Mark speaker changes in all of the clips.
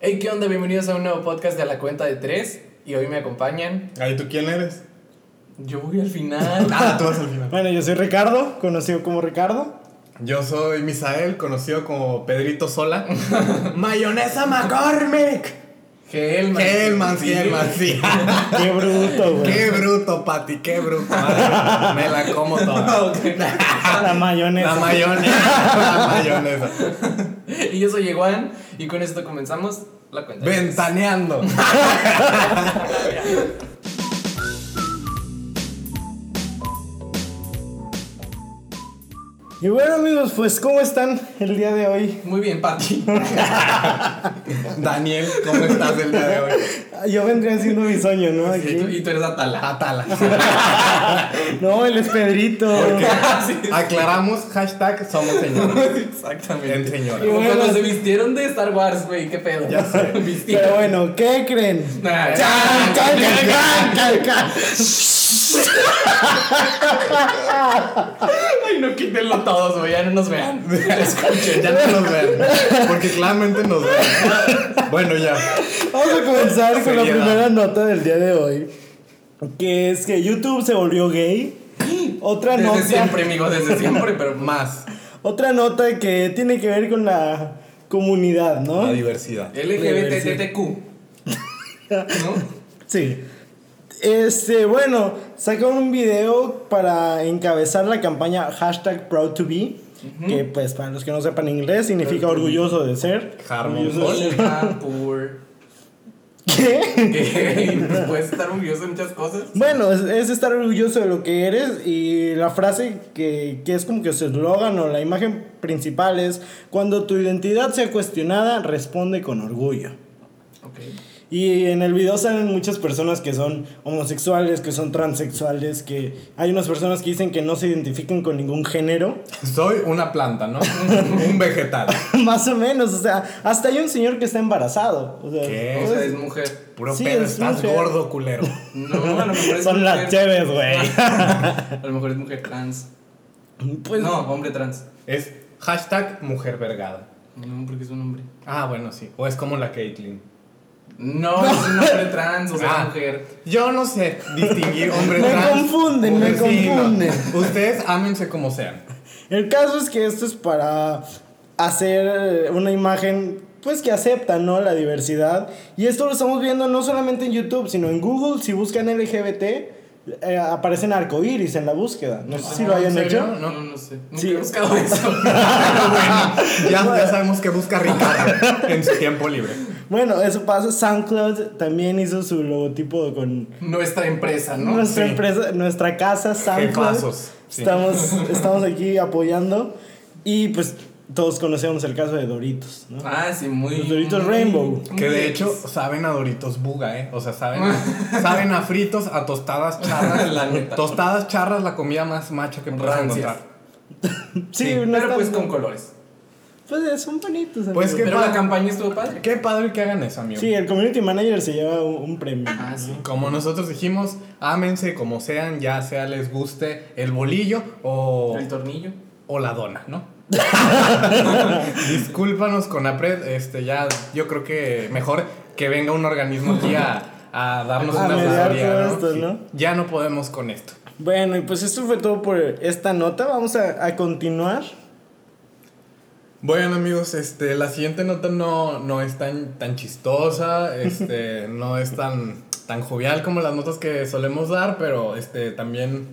Speaker 1: Hey, ¿qué onda? Bienvenidos a un nuevo podcast de la cuenta de tres. Y hoy me acompañan.
Speaker 2: Ahí tú quién eres?
Speaker 1: Yo voy al final.
Speaker 2: Ah, tú vas al final.
Speaker 3: Bueno, yo soy Ricardo, conocido como Ricardo.
Speaker 2: Yo soy Misael, conocido como Pedrito Sola.
Speaker 3: ¡Mayonesa McCormick!
Speaker 1: Gelman.
Speaker 2: Gelman, sí, Gelman, sí.
Speaker 3: ¡Qué bruto, güey!
Speaker 2: Qué bruto, Pati, qué bruto. Madre, Me la como toda.
Speaker 3: La mayonesa.
Speaker 2: La mayonesa. La mayonesa.
Speaker 1: Y yo soy Yeguan. Y con esto comenzamos la cuenta. de tres.
Speaker 2: Ventaneando.
Speaker 3: Y bueno, amigos, pues, ¿cómo están el día de hoy?
Speaker 1: Muy bien, Pati.
Speaker 2: Daniel, ¿cómo estás el día de hoy?
Speaker 3: Yo vendría haciendo mi sueño, ¿no?
Speaker 1: Y tú,
Speaker 3: Aquí.
Speaker 1: y tú eres Atala.
Speaker 2: Atala.
Speaker 3: No, él es Pedrito.
Speaker 1: Sí, sí.
Speaker 2: Aclaramos, hashtag somos señoras. En
Speaker 1: Exactamente.
Speaker 2: señora.
Speaker 1: Como
Speaker 3: Y bueno-
Speaker 1: cuando se vistieron de Star Wars, güey. ¿Qué pedo?
Speaker 2: Ya sé.
Speaker 1: Vistieron.
Speaker 3: Pero bueno, ¿qué creen?
Speaker 1: Nah,
Speaker 3: Can, can, can, can, can, can.
Speaker 1: Ay, no quítenlo todos, güey. Ya no nos vean.
Speaker 2: Escuchen, ya no nos ven. Porque claramente nos ven. Bueno, ya.
Speaker 3: Vamos a comenzar con la
Speaker 2: Seriedad.
Speaker 3: primera nota del día de hoy. Que es que YouTube se volvió gay. Otra
Speaker 1: Desde
Speaker 3: nota.
Speaker 1: siempre, amigo, desde siempre, pero más.
Speaker 2: Más.
Speaker 3: Otra nota que tiene que ver con la comunidad,
Speaker 2: La
Speaker 3: ¿no?
Speaker 2: diversidad.
Speaker 1: LGBTTQ. ¿No?
Speaker 3: Sí. Este, bueno, sacaron un video para encabezar la campaña hashtag proud to be. Que pues para los que no sepan inglés significa orgulloso de ser.
Speaker 2: Harmon
Speaker 3: Orgulloso de ser.
Speaker 1: Olga por
Speaker 3: ¿Qué?
Speaker 1: gay. Puedes estar orgulloso de muchas cosas.
Speaker 3: Bueno, es, es estar orgulloso de lo que eres y la frase que, que es como que su eslogan o la imagen principal es cuando tu identidad sea cuestionada, responde con orgullo.
Speaker 1: Ok.
Speaker 3: Y en el video salen muchas personas que son homosexuales, que son transexuales, que hay unas personas que dicen que no se identifican con ningún género.
Speaker 2: Soy una planta, ¿no? Un vegetal.
Speaker 3: Más o menos, o sea, hasta hay un señor que está embarazado. O sea,
Speaker 2: ¿Qué?
Speaker 1: O sea, es
Speaker 3: pues,
Speaker 1: mujer.
Speaker 2: Puro
Speaker 3: Sí,
Speaker 2: pedo,
Speaker 3: es
Speaker 2: estás
Speaker 3: mujer.
Speaker 2: gordo, culero.
Speaker 1: No, a lo mejor es
Speaker 3: Son
Speaker 1: mujer.
Speaker 3: las chéves, güey.
Speaker 1: A lo mejor es mujer trans.
Speaker 3: pues,
Speaker 1: no, hombre trans.
Speaker 2: Es hashtag mujer vergada.
Speaker 1: No, porque es un hombre.
Speaker 2: Ah, bueno, sí. O es como la Caitlyn.
Speaker 1: No, es un hombre trans, o sea,
Speaker 2: Ah.
Speaker 1: es mujer.
Speaker 2: Yo no sé distinguir hombre
Speaker 3: Me
Speaker 2: trans.
Speaker 3: confunden, me
Speaker 2: mujer, sí, no.
Speaker 3: confunden.
Speaker 2: Ustedes ámense como sean.
Speaker 3: El caso es que esto es para hacer una imagen pues que acepta, ¿no? La diversidad. Y esto lo estamos viendo no solamente en YouTube, sino en Google. Si buscan LGBT, eh, aparecen arcoíris en la búsqueda. No sé si lo
Speaker 2: Ah, ¿en
Speaker 3: hayan
Speaker 2: serio?
Speaker 3: hecho.
Speaker 1: No, no, no sé. Nunca
Speaker 3: Sí.
Speaker 1: he buscado eso.
Speaker 2: Pero bueno, ya, ya sabemos que busca Ricardo en su tiempo libre.
Speaker 3: Bueno, eso pasa. SoundCloud también hizo su logotipo con
Speaker 1: Nuestra empresa, ¿no?
Speaker 3: nuestra
Speaker 2: Sí.
Speaker 3: empresa, nuestra casa SoundCloud.
Speaker 2: Jefazos, sí.
Speaker 3: Estamos, estamos aquí apoyando. Y pues todos conocemos el caso de Doritos, ¿no?
Speaker 1: Ah, sí, muy.
Speaker 3: Los Doritos
Speaker 1: muy-
Speaker 3: Rainbow.
Speaker 1: muy
Speaker 2: Que de
Speaker 1: X.
Speaker 2: hecho saben a Doritos Buga, ¿eh? O sea, saben,
Speaker 3: Ah.
Speaker 2: saben a fritos, a tostadas charras.
Speaker 1: La neta.
Speaker 2: Tostadas charras, la comida más macha que puedes
Speaker 1: Rancias.
Speaker 2: encontrar.
Speaker 3: Sí,
Speaker 2: sí,
Speaker 3: no
Speaker 1: Pero
Speaker 3: está-
Speaker 1: pues con colores.
Speaker 3: Pues son bonitos.
Speaker 2: Pues
Speaker 3: amigos.
Speaker 2: ¿Qué
Speaker 1: Pero
Speaker 2: pa-
Speaker 1: la campaña estuvo padre.
Speaker 2: Qué padre que hagan eso, amigo.
Speaker 3: Sí, el community manager se lleva un, un premio.
Speaker 1: Ah, sí.
Speaker 2: Como nosotros dijimos, ámense como sean, ya sea les guste el bolillo o,
Speaker 3: Oh.
Speaker 1: El tornillo.
Speaker 2: o la dona, ¿no? Discúlpanos con Apred, este ya yo creo que mejor que venga un organismo aquí a, a darnos
Speaker 3: A
Speaker 2: una
Speaker 3: mediar
Speaker 2: asesoría,
Speaker 3: todo
Speaker 2: ¿no?
Speaker 3: esto,
Speaker 2: Sí.
Speaker 3: ¿no?
Speaker 2: Ya no podemos con esto.
Speaker 3: Bueno, y pues esto fue todo por esta nota. Vamos a, a continuar.
Speaker 2: Bueno amigos, este, la siguiente nota no, no es tan, tan chistosa, este, no es tan, tan jovial como las notas que solemos dar, pero este, también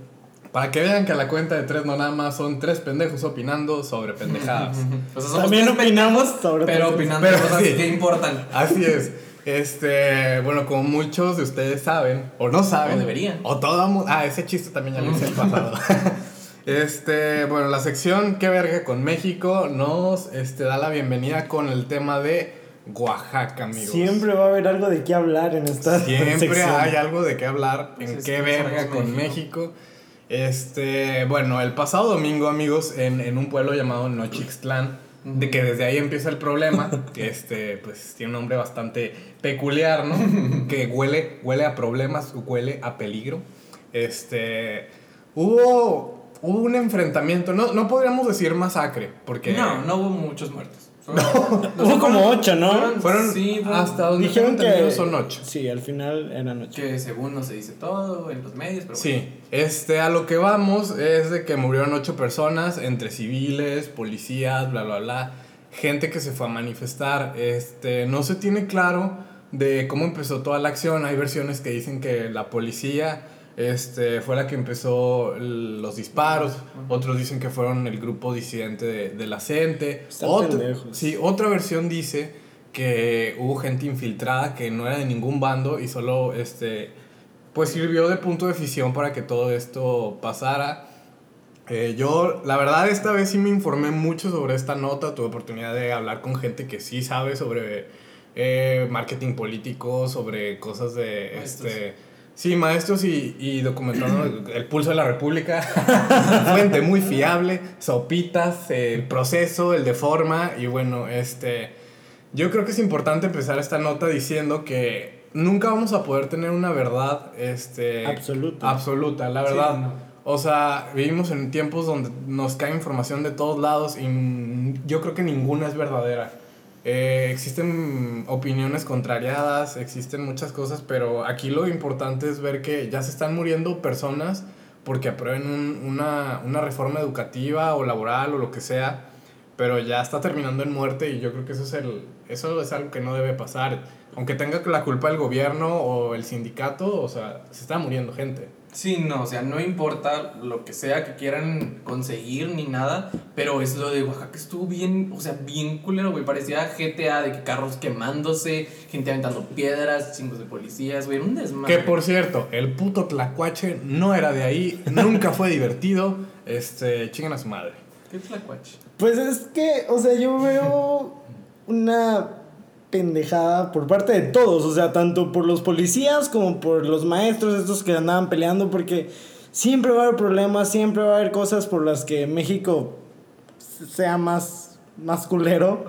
Speaker 2: para que vean que a la cuenta de tres no nada más son tres pendejos opinando sobre pendejadas.
Speaker 1: O sea, somos
Speaker 3: También
Speaker 1: tres
Speaker 3: opinamos sobre
Speaker 1: Pero
Speaker 3: pendejadas.
Speaker 1: opinando
Speaker 2: Pero
Speaker 1: cosas
Speaker 2: sí.
Speaker 1: que importan.
Speaker 2: Así es. Este, bueno, como muchos de ustedes saben, o no saben,
Speaker 1: O deberían. Mm.
Speaker 2: o todo mu- Ah, ese chiste también ya lo hice el pasado. este, bueno, la sección Qué verga con México nos este, da la bienvenida con el tema de Oaxaca, amigos.
Speaker 3: Siempre va a haber algo de qué hablar en esta
Speaker 2: Siempre
Speaker 3: sección.
Speaker 2: hay algo de qué hablar en
Speaker 1: Pues es
Speaker 2: qué
Speaker 1: que
Speaker 2: verga
Speaker 1: somos
Speaker 2: con México. Este, bueno, el pasado domingo, amigos, en, en un pueblo llamado Nochixtlán, de que desde ahí empieza el problema, que este, pues tiene un nombre bastante peculiar, ¿no? que huele, huele a problemas, huele a peligro. Este, hubo, hubo un enfrentamiento, no, no podríamos decir masacre, porque...
Speaker 1: No, no hubo muchos muertos.
Speaker 3: Hubo como ocho, ¿no?
Speaker 2: Fueron
Speaker 1: sí, fueron-
Speaker 2: hasta donde
Speaker 3: Dijeron
Speaker 2: tengo entendido
Speaker 3: que
Speaker 2: son ocho.
Speaker 3: Sí, al final eran ocho.
Speaker 1: Que según no se dice todo en los medios, pero bueno.
Speaker 2: Sí, este, a lo que vamos es de que murieron ocho personas, entre civiles, policías, bla, bla, bla, gente que se fue a manifestar. Este, no se tiene claro de cómo empezó toda la acción. Hay versiones que dicen que la policía este, fue la que empezó l- los disparos, otros dicen que fueron el grupo disidente de, de la gente.
Speaker 3: Están pendejos.
Speaker 2: sí, otra versión dice que hubo gente infiltrada que no era de ningún bando y solo este pues sirvió de punto de fisión para que todo esto pasara. Eh, yo, la verdad, esta vez sí me informé mucho sobre esta nota. Tuve oportunidad de hablar con gente que sí sabe sobre eh, marketing político, sobre cosas de...
Speaker 1: Maestros.
Speaker 2: Este, sí, maestros y, y documentando el pulso de la República. Fuente muy fiable, sopitas, eh, el proceso, el de forma. Y bueno, este... Yo creo que es importante empezar esta nota diciendo que nunca vamos a poder tener una verdad este,
Speaker 3: Absoluta.
Speaker 2: absoluta, la
Speaker 1: Sí,
Speaker 2: verdad.
Speaker 1: no.
Speaker 2: O sea, vivimos en tiempos donde nos cae información de todos lados y n- yo creo que ninguna es verdadera. Eh, existen opiniones contrariadas, existen muchas cosas, pero aquí lo importante es ver que ya se están muriendo personas porque aprueben un- una, una reforma educativa o laboral o lo que sea, pero ya está terminando en muerte y yo creo que eso es, el, eso es algo que no debe pasar. Aunque tenga la culpa el gobierno o el sindicato, o sea, se está muriendo gente.
Speaker 1: Sí, no, o sea, no importa lo que sea que quieran conseguir ni nada, pero es lo de Oaxaca estuvo bien, o sea, bien culero, güey. Parecía GTA de que carros quemándose, gente aventando piedras, chingos de policías, güey. era Un desmadre.
Speaker 2: Que por cierto, el puto tlacuache no era de ahí, nunca fue divertido. Este, chingan a su madre.
Speaker 1: ¿Qué tlacuache?
Speaker 3: Pues es que, o sea, yo veo una pendejada por parte de todos, o sea, tanto por los policías como por los maestros estos que andaban peleando, porque siempre va a haber problemas, siempre va a haber cosas por las que México sea más, más culero,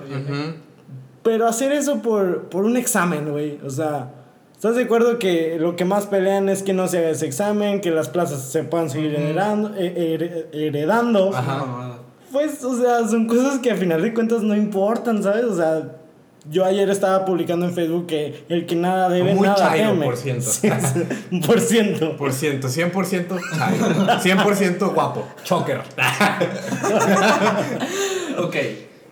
Speaker 3: pero hacer eso por, por un examen, güey, o sea, ¿estás de acuerdo que lo que más pelean es que no se haga ese examen, que las plazas se puedan seguir heredando? eh, her- heredando
Speaker 2: Ajá.
Speaker 1: Una mamada.
Speaker 3: pues, o sea, son cosas que a final de cuentas no importan, ¿sabes? O sea, yo ayer estaba publicando en Facebook que el que nada debe,
Speaker 2: Muy
Speaker 3: nada
Speaker 2: chairo,
Speaker 3: teme.
Speaker 2: por ciento.
Speaker 3: Sí, sí, por ciento.
Speaker 2: Por ciento, 100% chairo, 100% guapo, choker.
Speaker 1: Ok.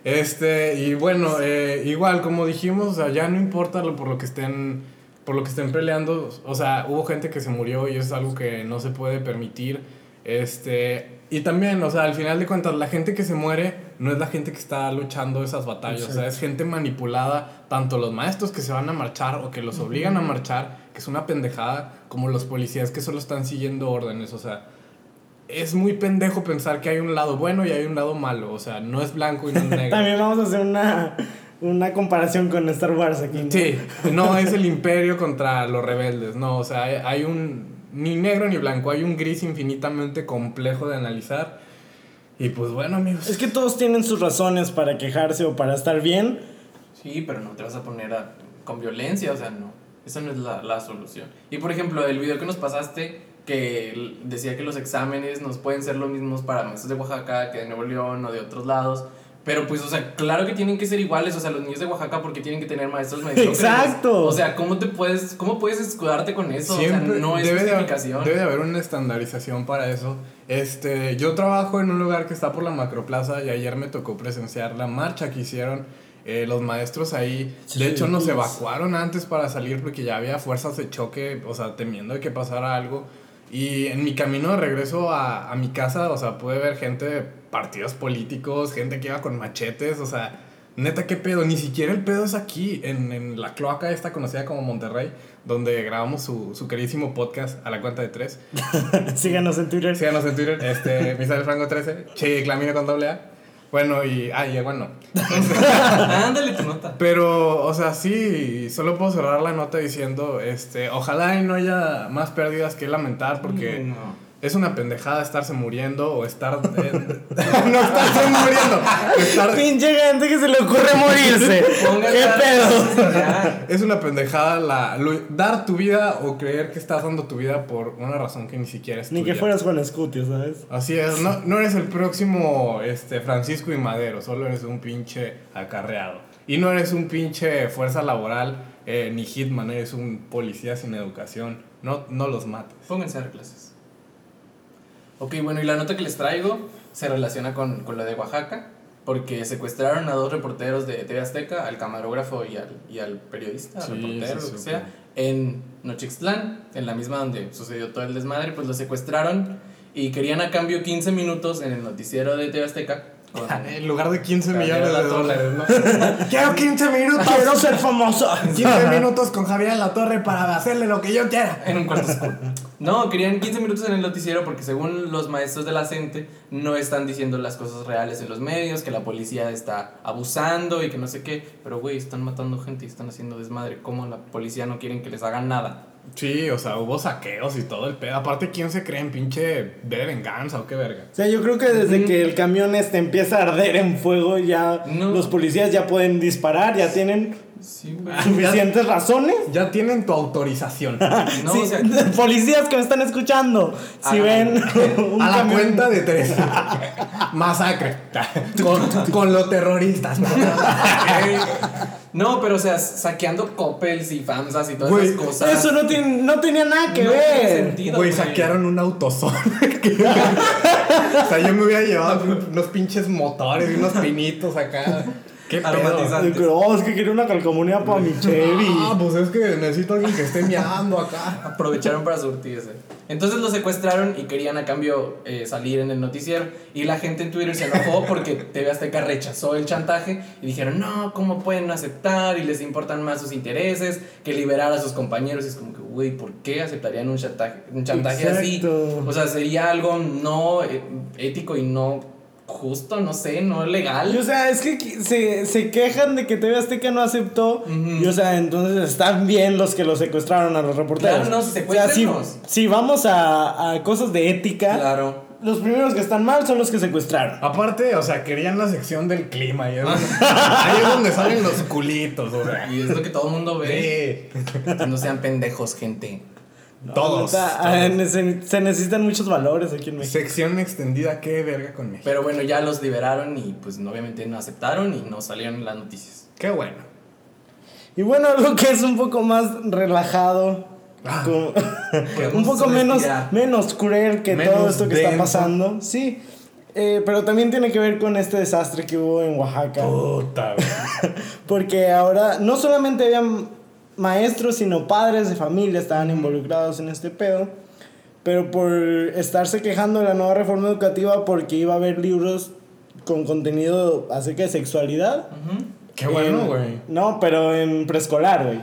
Speaker 2: Este, y bueno, eh, igual, como dijimos, o sea, ya no importa lo por lo que estén por lo que estén peleando, o sea, hubo gente que se murió y eso es algo que no se puede permitir. Este, y también, o sea, al final de cuentas, la gente que se muere no es la gente que está luchando esas batallas, o sea, es gente manipulada, tanto los maestros que se van a marchar o que los obligan a marchar, que es una pendejada, como los policías que solo están siguiendo órdenes, o sea, es muy pendejo pensar que hay un lado bueno y hay un lado malo, o sea, no es blanco y no es negro.
Speaker 3: También vamos a hacer una, una comparación con Star Wars aquí. ¿no?
Speaker 2: Sí, no es el imperio contra los rebeldes, no, o sea, hay, hay un ni negro ni blanco, hay un gris infinitamente complejo de analizar. Y pues bueno, amigos.
Speaker 3: Es que todos tienen sus razones para quejarse o para estar bien.
Speaker 1: Sí, pero no te vas a poner a- con violencia, o sea, no. Esa no es la, la solución. Y por ejemplo, el video que nos pasaste, que l- decía que los exámenes nos pueden ser los mismos para maestros de Oaxaca que de Nuevo León o de otros lados. Pero pues, o sea, claro que tienen que ser iguales, o sea, los niños de Oaxaca porque tienen que tener maestros mediocres.
Speaker 3: Exacto.
Speaker 1: O sea, ¿cómo te puedes, cómo puedes escudarte con eso? o
Speaker 2: Siempre
Speaker 1: sea, no es
Speaker 2: debe, de,
Speaker 1: justificación.
Speaker 2: debe de haber una estandarización para eso. Este, yo trabajo en un lugar que está por la Macroplaza y ayer me tocó presenciar la marcha que hicieron eh, los maestros ahí. De hecho, nos
Speaker 3: Sí.
Speaker 2: evacuaron antes para salir porque ya había fuerzas de choque, o sea, temiendo de que pasara algo. Y en mi camino de regreso a, a mi casa, o sea, pude ver gente de partidos políticos, gente que iba con machetes, o sea, neta, qué pedo. Ni siquiera el pedo es aquí, en, en la cloaca esta conocida como Monterrey, donde grabamos su, su queridísimo podcast a la cuenta de tres.
Speaker 3: Síganos en Twitter.
Speaker 2: Síganos en Twitter, este, Misael Franco 13, Che, Clamino con doble A. Bueno, y, ah, y bueno.
Speaker 1: Ándale tu nota.
Speaker 2: Pero, o sea, sí, solo puedo cerrar la nota diciendo, este, ojalá y no haya más pérdidas que lamentar, porque
Speaker 1: No.
Speaker 2: es una pendejada estarse muriendo o estar. eh, no estarse muriendo. Estar,
Speaker 3: Pinche gente que se le ocurre morirse.
Speaker 1: Pongan
Speaker 3: ¿Qué
Speaker 1: cara-
Speaker 3: pedo?
Speaker 1: Ya.
Speaker 2: es una pendejada la, lo- dar tu vida o creer que estás dando tu vida por una razón que ni siquiera es
Speaker 3: Ni que
Speaker 2: tuya.
Speaker 3: fueras Juan Escutio, ¿sabes?
Speaker 2: Así es, no, no eres el próximo este, Francisco y Madero, solo eres un pinche acarreado. Y no eres un pinche fuerza laboral eh, ni hitman, eres un policía sin educación. No, no los mates.
Speaker 1: Pónganse a dar clases. Ok, bueno, y la nota que les traigo se relaciona con, con lo de Oaxaca, porque secuestraron a dos reporteros de TV Azteca, al camarógrafo y al, y al periodista, al
Speaker 2: Sí,
Speaker 1: reportero,
Speaker 2: sí,
Speaker 1: lo que
Speaker 2: supe.
Speaker 1: sea, en Nochixtlán, en la misma donde sucedió todo el desmadre, pues los secuestraron y querían a cambio 15 minutos en el noticiero de TV Azteca. con-
Speaker 2: En lugar de 15
Speaker 1: Javier
Speaker 2: millones de
Speaker 1: La Torre.
Speaker 2: dólares, ¿no? Quiero 15 minutos.
Speaker 3: Quiero ser famosa.
Speaker 2: 15 minutos con Javier La Torre para hacerle lo que yo quiera.
Speaker 1: En un cuarto oscuro. No, querían 15 minutos en el noticiero porque según los maestros de la gente no están diciendo las cosas reales en los medios, que la policía está abusando y que no sé qué. Pero, güey, están matando gente y están haciendo desmadre. ¿Cómo la policía no quieren que les hagan nada?
Speaker 2: Sí, o sea, hubo saqueos y todo el pedo. Aparte, ¿quién se cree en pinche de venganza o qué verga?
Speaker 3: O sea, yo creo que desde que el camión este empieza a arder en fuego, ya
Speaker 1: No.
Speaker 3: los policías ya pueden disparar, ya tienen
Speaker 1: Sí, güey.
Speaker 3: suficientes razones.
Speaker 2: Ya tienen tu autorización.
Speaker 1: No,
Speaker 3: Sí,
Speaker 1: o sea,
Speaker 3: policías que me están escuchando, si
Speaker 1: Ah,
Speaker 3: ven un
Speaker 2: a la
Speaker 3: camión-
Speaker 2: cuenta de tres. Masacre. con, con los terroristas.
Speaker 1: no, pero o sea, saqueando Coppels y Famsas y todas
Speaker 2: Güey,
Speaker 1: esas cosas.
Speaker 3: Eso no, tiene, no tenía nada que
Speaker 1: No tiene
Speaker 3: ver.
Speaker 1: sentido,
Speaker 2: Güey, saquearon un autosón. o sea, yo me hubiera llevado unos pinches motores y unos pinitos acá. Qué pedo.
Speaker 1: Aromatizado.
Speaker 3: Oh, es que quería una calcomunía para mi Chevy.
Speaker 2: Ah, pues es que necesito a alguien que esté miando acá.
Speaker 1: Aprovecharon para surtirse. Entonces lo secuestraron y querían a cambio eh, salir en el noticiero. Y la gente en Twitter se enojó porque TV Azteca rechazó el chantaje y dijeron, no, ¿cómo pueden aceptar? Y les importan más sus intereses que liberar a sus compañeros. Y es como que, güey, ¿por qué aceptarían un chantaje, un chantaje así?
Speaker 3: Exacto.
Speaker 1: O sea, sería algo no eh, ético y no justo, no sé, no
Speaker 3: Y, o
Speaker 1: legal.
Speaker 3: sea, es que qui- se, se quejan de que TV Azteca no aceptó.
Speaker 1: Ujú.
Speaker 3: Y o sea, entonces están bien los que los secuestraron a los reporteros.
Speaker 1: Claro, no, si
Speaker 3: O sea, si,
Speaker 1: secuéstrenos.
Speaker 3: si vamos a, a cosas de ética,
Speaker 1: Claro.
Speaker 3: los primeros que están mal son los que secuestraron.
Speaker 2: Aparte, o sea, querían la sección del clima. y es donde- ahí es donde salen los culitos, o sea.
Speaker 1: Y es lo que todo el mundo ve.
Speaker 2: Sí.
Speaker 1: No sean pendejos, gente.
Speaker 2: Todos.
Speaker 3: Neta,
Speaker 2: todos.
Speaker 3: eh, se, se necesitan muchos valores aquí en México.
Speaker 2: Sección extendida, qué verga con México.
Speaker 1: Pero bueno, ya los liberaron y pues no, obviamente no aceptaron y no salieron en las noticias.
Speaker 2: Qué bueno.
Speaker 3: Y bueno, algo que es un poco más relajado.
Speaker 2: Ah,
Speaker 3: como- un
Speaker 1: podemos
Speaker 3: poco menos,
Speaker 1: respirar.
Speaker 3: menos cruel que todo
Speaker 2: Menos
Speaker 3: esto que está
Speaker 2: denso.
Speaker 3: pasando. Sí. eh, pero también tiene que ver con este desastre que hubo en Oaxaca.
Speaker 2: Puta, güey.
Speaker 3: Porque ahora no solamente habían maestros, sino padres de familia estaban involucrados en este pedo. Pero por estarse quejando de la nueva reforma educativa porque iba a haber libros con contenido acerca de sexualidad.
Speaker 2: Qué
Speaker 3: en-
Speaker 2: bueno, güey.
Speaker 3: No, pero en preescolar, güey.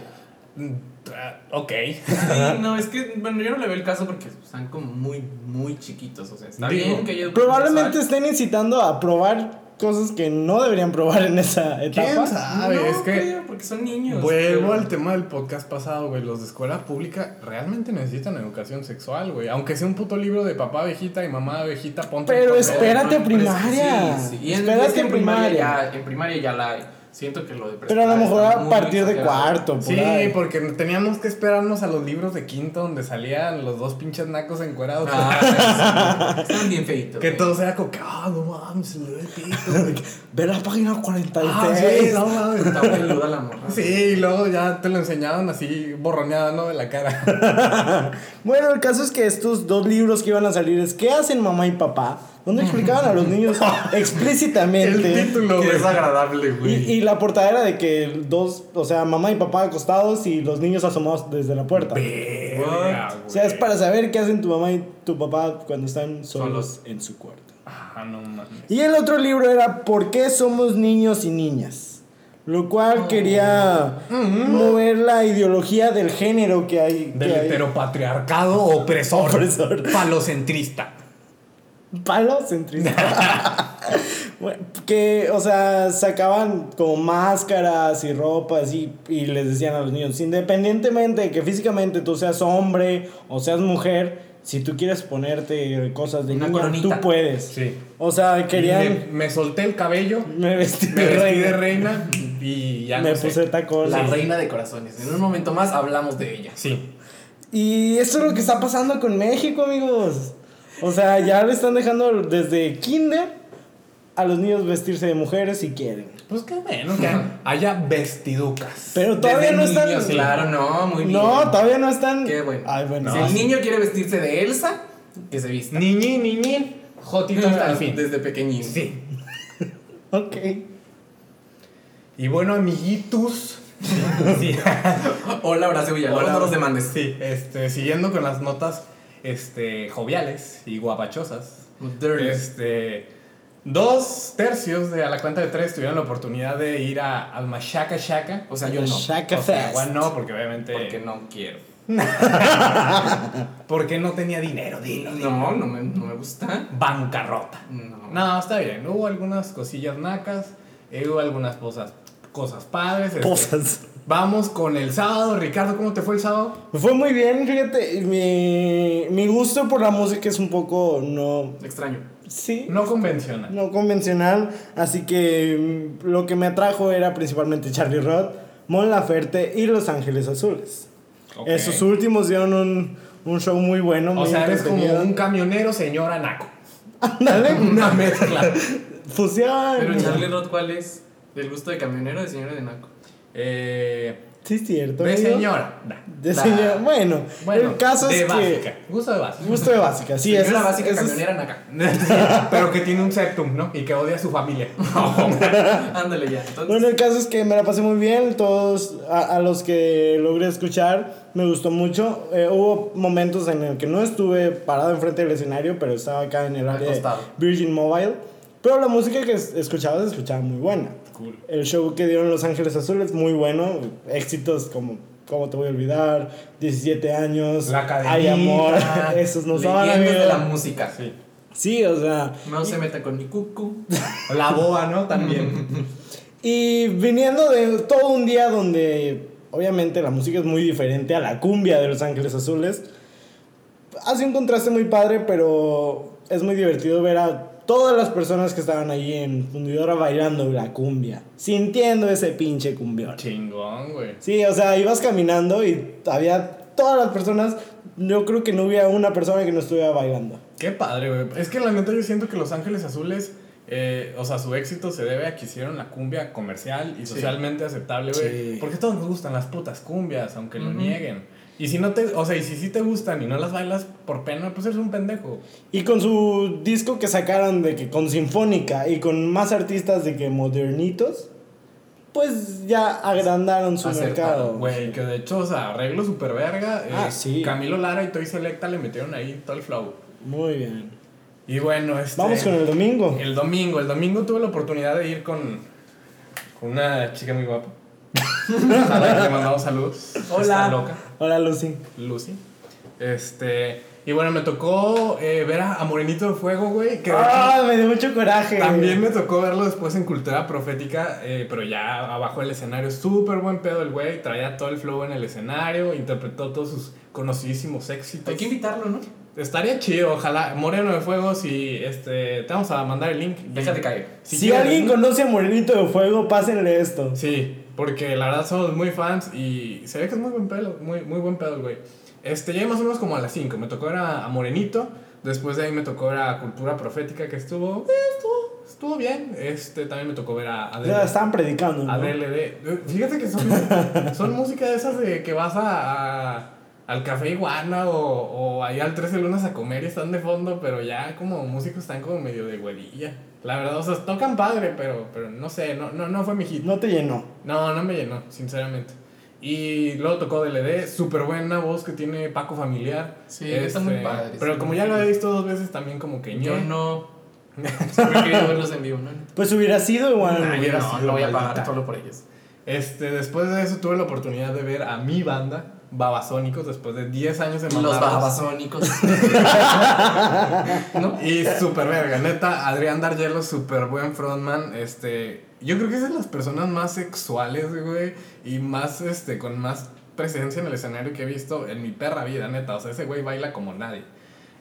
Speaker 2: Mm, ah, Ok.
Speaker 1: Sí, no, es que, bueno, yo no le veo el caso porque están como muy, muy chiquitos. O sea, está
Speaker 2: Digo,
Speaker 1: bien que ellos.
Speaker 3: Probablemente estén incitando a probar cosas que no deberían probar en esa etapa.
Speaker 2: ¿Quién sabe?
Speaker 1: No,
Speaker 2: es que
Speaker 1: creo, porque son niños.
Speaker 2: vuelvo
Speaker 1: pero-
Speaker 2: al tema del podcast pasado, güey. Los de escuela pública realmente necesitan educación sexual, güey. Aunque sea un puto libro de papá abejita y mamá abejita, ponte.
Speaker 3: Pero
Speaker 2: un papel.
Speaker 1: Pero-
Speaker 3: espérate
Speaker 1: pero
Speaker 3: a
Speaker 1: es que
Speaker 3: primaria.
Speaker 1: sí, sí. Y en,
Speaker 3: Espérate
Speaker 1: es que en
Speaker 3: a
Speaker 1: primaria.
Speaker 3: primaria.
Speaker 1: ya, en primaria ya la hay. Siento que lo de
Speaker 3: Pero a lo
Speaker 1: preescolar
Speaker 3: mejor
Speaker 1: está
Speaker 3: a
Speaker 1: muy
Speaker 3: partir de
Speaker 1: exagerado.
Speaker 3: cuarto, por
Speaker 2: Sí, pues
Speaker 3: ahí.
Speaker 2: porque teníamos que esperarnos a los libros de quinto donde salían los dos pinches nacos encuerados.
Speaker 1: Ah, sí, están bien feitos.
Speaker 2: que
Speaker 1: güey.
Speaker 2: todo sea como que, ah, no mames, se le ve el pito.
Speaker 3: Ve la página
Speaker 2: Ah, sí,
Speaker 3: 46.
Speaker 2: no mames.
Speaker 1: Está peluda la morra.
Speaker 2: Sí, y luego ya te lo enseñaban así borroneada, ¿no? De la cara.
Speaker 3: Bueno, el caso es que estos dos libros que iban a salir es ¿Qué hacen mamá y papá? Donde explicaban a los niños
Speaker 2: El
Speaker 3: explícitamente.
Speaker 2: título,
Speaker 1: Qué
Speaker 2: güey.
Speaker 1: desagradable,
Speaker 3: Y,
Speaker 1: güey.
Speaker 3: y la portadera de que dos, o sea, mamá y papá acostados y los niños asomados desde la puerta.
Speaker 2: Verga,
Speaker 1: What?
Speaker 2: güey.
Speaker 3: O sea, es para saber qué hacen tu mamá y tu papá cuando están solos
Speaker 1: Solos.
Speaker 3: en su cuarto.
Speaker 2: Ah, no mames.
Speaker 3: Y el otro libro era ¿Por qué somos niños y niñas? Lo
Speaker 2: Oh.
Speaker 3: cual quería mover la ideología del género que hay. que
Speaker 2: Del
Speaker 3: hay.
Speaker 2: heteropatriarcado opresor.
Speaker 3: Opresor.
Speaker 2: Palocentrista.
Speaker 3: Palo centrista. Bueno, que, o sea, sacaban como máscaras y ropas y, y les decían a los niños, independientemente de que físicamente tú seas hombre o seas mujer, si tú quieres ponerte cosas de
Speaker 1: Una
Speaker 3: niña,
Speaker 1: coronita.
Speaker 3: tú puedes.
Speaker 2: Sí.
Speaker 3: O sea,
Speaker 2: Me,
Speaker 3: querían.
Speaker 2: me solté el cabello,
Speaker 3: Me vestí
Speaker 2: me
Speaker 3: de
Speaker 2: vestí
Speaker 3: reina.
Speaker 2: de reina y ya
Speaker 3: me
Speaker 2: no sé.
Speaker 3: puse tacón.
Speaker 1: La reina de corazones. En un momento más hablamos de ella.
Speaker 2: Sí.
Speaker 3: Y esto es lo que está pasando con México, amigos. O sea, ya le están dejando desde kinder a los niños vestirse de mujeres si quieren.
Speaker 2: Pues qué bueno que haya vestiducas.
Speaker 3: Pero todavía
Speaker 1: Desde
Speaker 3: no están.
Speaker 1: niños, Claro, no, muy bien.
Speaker 3: No, todavía no están.
Speaker 1: Qué bueno.
Speaker 3: Ay, bueno.
Speaker 1: Si el niño quiere vestirse de Elsa, que se vista.
Speaker 2: Niñín, niñín, jotito hasta el fin.
Speaker 1: Desde pequeñín.
Speaker 2: Sí.
Speaker 3: Ok.
Speaker 2: Y bueno, amiguitos. sí.
Speaker 1: Hola, Horacio Villalobos,
Speaker 2: Hola.
Speaker 1: no los demandes.
Speaker 2: Sí, este, siguiendo con las notas este, joviales y guapachosas.
Speaker 1: Dirty.
Speaker 2: Este, dos tercios de a la cuenta de tres tuvieron la oportunidad de ir a, al Mashaka Shaka.
Speaker 1: O sea, yo no.
Speaker 3: Shaka
Speaker 2: O sea,
Speaker 3: Fest.
Speaker 2: igual no, porque obviamente.
Speaker 1: Porque no quiero.
Speaker 2: porque no tenía dinero, dilo. dilo.
Speaker 1: No, no me, no me gusta.
Speaker 2: Bancarrota.
Speaker 1: No.
Speaker 2: No, está bien. Hubo algunas cosillas nacas, eh, hubo algunas cosas, cosas padres. este,
Speaker 3: Posas.
Speaker 2: Vamos con el sábado. Ricardo, ¿cómo te fue el sábado?
Speaker 3: Fue muy bien, fíjate. Mi, mi gusto por la música es un poco no.
Speaker 1: Extraño.
Speaker 3: Sí.
Speaker 2: No convencional.
Speaker 3: no convencional, así que mm, lo que me atrajo era principalmente Charlie Roth, Mon Laferte y Los Ángeles Azules.
Speaker 2: Ok.
Speaker 3: Esos últimos dieron un, un show muy bueno.
Speaker 2: O
Speaker 3: muy
Speaker 2: sea, eres como
Speaker 3: entretenido.
Speaker 2: un camionero señora naco.
Speaker 3: Ándale,
Speaker 2: Una mezcla.
Speaker 3: fusión.
Speaker 1: Pero Charlie Roth, ¿cuál es? ¿Del gusto de camionero o de señora de Naco?
Speaker 2: Eh,
Speaker 3: Sí, es cierto.
Speaker 2: de
Speaker 3: amigo.
Speaker 2: señora. Da.
Speaker 3: De señora. Bueno,
Speaker 2: Bueno,
Speaker 3: el caso
Speaker 2: de
Speaker 3: es
Speaker 2: básica.
Speaker 3: que...
Speaker 2: Gusto de básica.
Speaker 3: Gusto de básica, sí.
Speaker 1: Señora
Speaker 3: ese es-
Speaker 1: básica
Speaker 3: ese es-
Speaker 1: camionera Naca.
Speaker 2: Pero que tiene un septum, ¿no? Y que odia a su familia.
Speaker 1: Ándale ya. Entonces,
Speaker 3: Ah. Bueno, el caso es que me la pasé muy bien. Todos a, a los que logré escuchar me gustó mucho. Eh, hubo momentos en el que no estuve parado enfrente del escenario, pero estaba acá en el área de
Speaker 1: Acostado.
Speaker 3: Virgin Mobile. Pero la música que es- escuchaba se escuchaba muy buena.
Speaker 2: Cool.
Speaker 3: El show que dieron Los Ángeles Azules, muy bueno. Éxitos como ¿Cómo te voy a olvidar? 17 años.
Speaker 2: La cadenita.
Speaker 3: Hay amor. Esos nos daban
Speaker 1: leyendas de la
Speaker 3: amigos.
Speaker 1: música.
Speaker 2: Sí.
Speaker 3: Sí, o sea.
Speaker 1: No se meta con mi cucu.
Speaker 2: La boa, ¿no? También.
Speaker 3: Y viniendo de todo un día donde obviamente la música es muy diferente a la cumbia de Los Ángeles Azules, hace un contraste muy padre, pero es muy divertido ver a todas las personas que estaban allí en Fundidora bailando la cumbia, sintiendo ese pinche cumbión.
Speaker 2: Ah, Chingón, güey.
Speaker 3: Sí, o sea, ibas caminando y había todas las personas, yo creo que no hubiera una persona que no estuviera bailando.
Speaker 2: Qué padre, güey. Es que la neta yo siento que Los Ángeles Azules, eh, o sea, su éxito se debe a que hicieron la cumbia comercial y socialmente aceptable, güey.
Speaker 3: Sí.
Speaker 2: Porque a todos nos gustan las putas cumbias, aunque lo
Speaker 1: Ujú.
Speaker 2: nieguen. Y si no te, o sea, y si sí te gustan y no las bailas por pena, pues eres un pendejo.
Speaker 3: Y con su disco que sacaron de que con Sinfónica y con más artistas de que modernitos, pues ya agrandaron su
Speaker 1: Acertaron,
Speaker 3: mercado.
Speaker 2: Güey, que de hecho, o sea, arreglo super verga. eh,
Speaker 3: Ah, sí.
Speaker 2: Camilo Lara y Toy Selecta le metieron ahí todo el flow.
Speaker 3: Muy bien.
Speaker 2: Y bueno, este.
Speaker 3: Vamos con el domingo.
Speaker 2: El domingo, el domingo tuve la oportunidad de ir con, con una chica muy guapa. A la que le mandamos saludos.
Speaker 1: Hola.
Speaker 2: Está loca,
Speaker 3: Hola Lucy.
Speaker 2: Lucy. Este, y bueno, me tocó eh, ver a, a Morenito de Fuego, güey. Que de hecho,
Speaker 3: Ah, me dio mucho coraje.
Speaker 2: también me tocó verlo después en Cultura Profética, eh, pero ya abajo del escenario. Súper buen pedo el güey. Traía todo el flow en el escenario, interpretó todos sus conocidísimos éxitos.
Speaker 1: Hay que invitarlo, ¿no?
Speaker 2: Estaría chido, ojalá. Moreno de Fuego, si este, te vamos a mandar el link.
Speaker 1: Déjate caer.
Speaker 3: Si,
Speaker 2: quieres,
Speaker 3: alguien
Speaker 2: ¿no?
Speaker 3: conoce a Morenito de Fuego, pásenle esto.
Speaker 2: Sí, porque la verdad somos muy fans y se ve que es muy buen pedo, muy, muy buen pedo, el güey. Este, llegué más o menos como a las 5, me tocó era a Morenito, después de ahí me tocó ver a Cultura Profética que estuvo, eh, estuvo, estuvo bien, este, también me tocó ver a
Speaker 3: O
Speaker 2: Adele.
Speaker 3: sea, estaban predicando. ¿no?
Speaker 2: a DLD. Eh, Fíjate que son, son música de esas de que vas a, a- al Café Iguana o, o ahí al 13 Lunas a comer y están de fondo, pero ya como músicos están como medio de huevilla. La verdad, o sea, tocan padre, pero, pero no sé, no, no, no fue mi hit.
Speaker 3: No te llenó.
Speaker 2: No, no me llenó, sinceramente. Y luego tocó DLD, súper buena voz que tiene Paco Familiar. Este,
Speaker 1: Sí, está muy padre,
Speaker 2: Pero
Speaker 1: sí.
Speaker 2: como ya lo he visto dos veces, también como que
Speaker 1: Yo
Speaker 2: ñe.
Speaker 1: no. Siempre he querido verlos en vivo, ¿no?
Speaker 3: Pues hubiera sido igual.
Speaker 1: Nah, yo
Speaker 2: hubiera
Speaker 1: no,
Speaker 2: sido
Speaker 1: lo voy a pagar
Speaker 2: maldita.
Speaker 1: solo por ellos.
Speaker 2: Este, después de eso tuve la oportunidad de ver a mi banda, Babasónicos, después de 10 años de
Speaker 1: Los
Speaker 2: mandarlos.
Speaker 1: babasónicos. ¿No?
Speaker 2: Y super verga, neta, Adrián Dargelo, super buen frontman, este, yo creo que es de las personas más sexuales, güey, y más, este, con más presencia en el escenario que he visto en mi perra vida, neta, o sea, ese güey baila como nadie.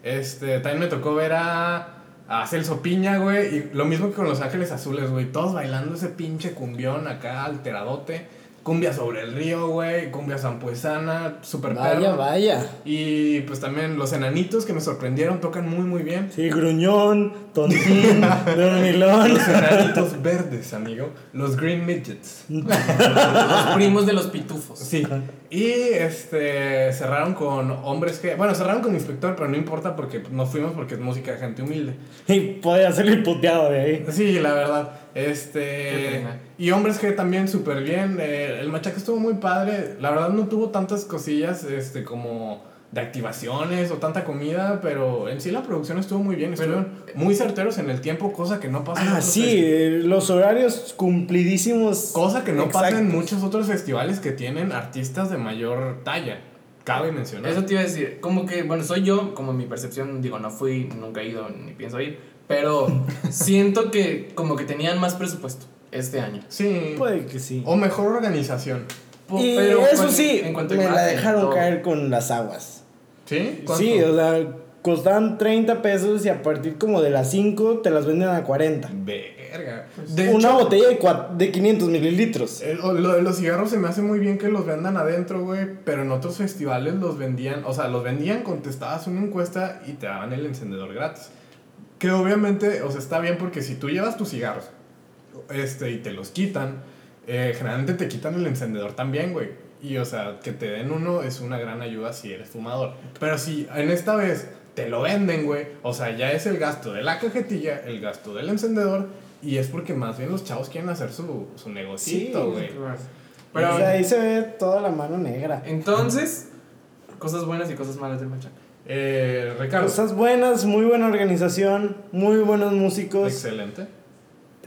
Speaker 2: Este, también me tocó ver a, a Celso Piña, güey. Y lo mismo que con Los Ángeles Azules, güey. Todos bailando ese pinche cumbión acá, alteradote. Cumbia sobre el río, güey. Cumbia zampuesana, super
Speaker 3: Vaya,
Speaker 2: perro.
Speaker 3: vaya.
Speaker 2: Y pues también los enanitos que me sorprendieron tocan muy, muy bien.
Speaker 3: Sí, gruñón, tontín, dormilón.
Speaker 2: Los enanitos verdes, amigo. Los Green Midgets.
Speaker 1: Los primos de los pitufos.
Speaker 2: Sí. Y este cerraron con hombres que. Bueno, cerraron con inspector, pero no importa porque nos fuimos porque es música de gente humilde.
Speaker 3: Y podía ser el puteado de ahí.
Speaker 2: Sí, la verdad.
Speaker 1: Qué
Speaker 2: Este.
Speaker 1: pena.
Speaker 2: Y hombres que también súper bien. eh, el machaca estuvo muy padre. La verdad no tuvo tantas cosillas este, como de activaciones o tanta comida, pero en sí la producción estuvo muy bien.
Speaker 1: Pero-
Speaker 2: Estuvieron muy certeros en el tiempo, cosa que no pasa en
Speaker 3: Ah,
Speaker 2: otros
Speaker 3: sí,
Speaker 2: festivales.
Speaker 3: eh, los horarios cumplidísimos.
Speaker 2: Cosa que no pasa en
Speaker 3: Exactos.
Speaker 2: muchos otros festivales que tienen artistas de mayor talla. Cabe mencionar.
Speaker 1: Eso te iba a decir, como que, bueno, soy yo, como mi percepción, digo, no fui, nunca he ido, ni pienso ir, pero siento que como que tenían más presupuesto este año.
Speaker 2: Sí.
Speaker 3: Puede que sí.
Speaker 2: O mejor organización.
Speaker 1: Po-
Speaker 3: y
Speaker 1: pero
Speaker 3: eso
Speaker 1: con-
Speaker 3: sí,
Speaker 1: en cuanto a
Speaker 3: me la
Speaker 1: imagen,
Speaker 3: dejaron
Speaker 1: todo.
Speaker 3: caer con las aguas.
Speaker 2: ¿Sí?
Speaker 3: Sí,
Speaker 2: ¿Cuánto?
Speaker 3: o sea, costaban 30 pesos y a partir como de las 5 te las venden a 40.
Speaker 2: Verga.
Speaker 3: pues, Una
Speaker 2: hecho,
Speaker 3: botella de, cua- de 500 mililitros.
Speaker 2: Eh, o- lo de los cigarros se me hace muy bien que los vendan adentro, güey, pero en otros festivales los vendían, o sea, los vendían, contestabas una encuesta y te daban el encendedor gratis. Que obviamente, o sea, está bien porque si tú llevas tus cigarros este, y te los quitan, eh, generalmente te quitan el encendedor también, güey. Y, o sea, que te den uno es una gran ayuda si eres fumador. Pero si en esta vez te lo venden, güey, o sea, ya es el gasto de la cajetilla, el gasto del encendedor. Y es porque más bien los chavos quieren hacer su, su negocito, güey.
Speaker 1: Pero
Speaker 3: O sea, ahí se ve toda la mano negra.
Speaker 1: entonces, cosas buenas y cosas malas del machaca.
Speaker 2: Eh, Ricardo.
Speaker 3: Cosas buenas, muy buena organización, muy buenos músicos.
Speaker 2: Excelente.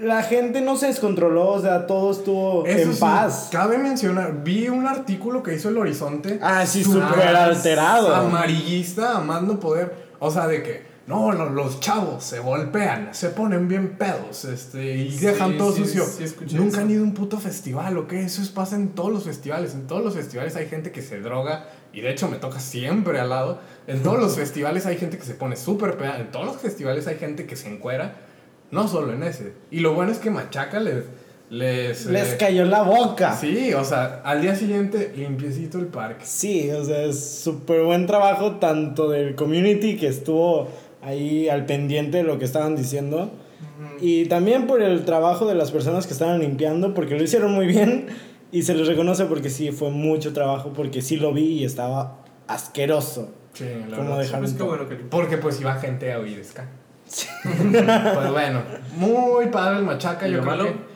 Speaker 3: La gente no se descontroló, o sea, todo estuvo
Speaker 2: Eso
Speaker 3: en
Speaker 2: sí,
Speaker 3: paz.
Speaker 2: Cabe mencionar, vi un artículo que hizo El Horizonte.
Speaker 3: Ah, sí,
Speaker 2: Súper
Speaker 3: súper alterado.
Speaker 2: Amarillista, amando poder. O sea, de que, no, lo- los chavos se golpean, se ponen bien pedos, este, y
Speaker 1: Sí,
Speaker 2: dejan todo
Speaker 1: sí,
Speaker 2: sucio.
Speaker 1: sí, escuché
Speaker 2: Nunca
Speaker 1: eso.
Speaker 2: han ido a un puto festival, ¿o qué? Eso es- pasa en todos los festivales. En todos los festivales hay gente que se droga, y de hecho me toca siempre al lado. En todos los festivales hay gente que se pone súper peda, en todos los festivales hay gente que se encuera, no solo en ese. Y lo bueno es que Machaca les... Les,
Speaker 3: Les
Speaker 2: eh,
Speaker 3: cayó la boca.
Speaker 2: Sí, o sea, al día siguiente limpiecito el parque.
Speaker 3: Sí, o sea, es súper buen trabajo tanto del community que estuvo ahí al pendiente de lo que estaban diciendo.
Speaker 1: Pues
Speaker 3: Y también por el trabajo de las personas que estaban limpiando, porque lo hicieron muy bien y se les reconoce porque sí fue mucho trabajo, porque sí lo vi y estaba asqueroso.
Speaker 2: Sí, la
Speaker 3: Como
Speaker 2: verdad, sí.
Speaker 3: dejar
Speaker 1: Pues
Speaker 3: un
Speaker 1: qué
Speaker 3: to-
Speaker 1: bueno que limpió.
Speaker 2: Porque pues iba gente a oír ska. pues bueno, muy padre el machaca,
Speaker 1: ¿Y
Speaker 2: yo
Speaker 1: lo
Speaker 2: creo
Speaker 1: malo?
Speaker 2: que-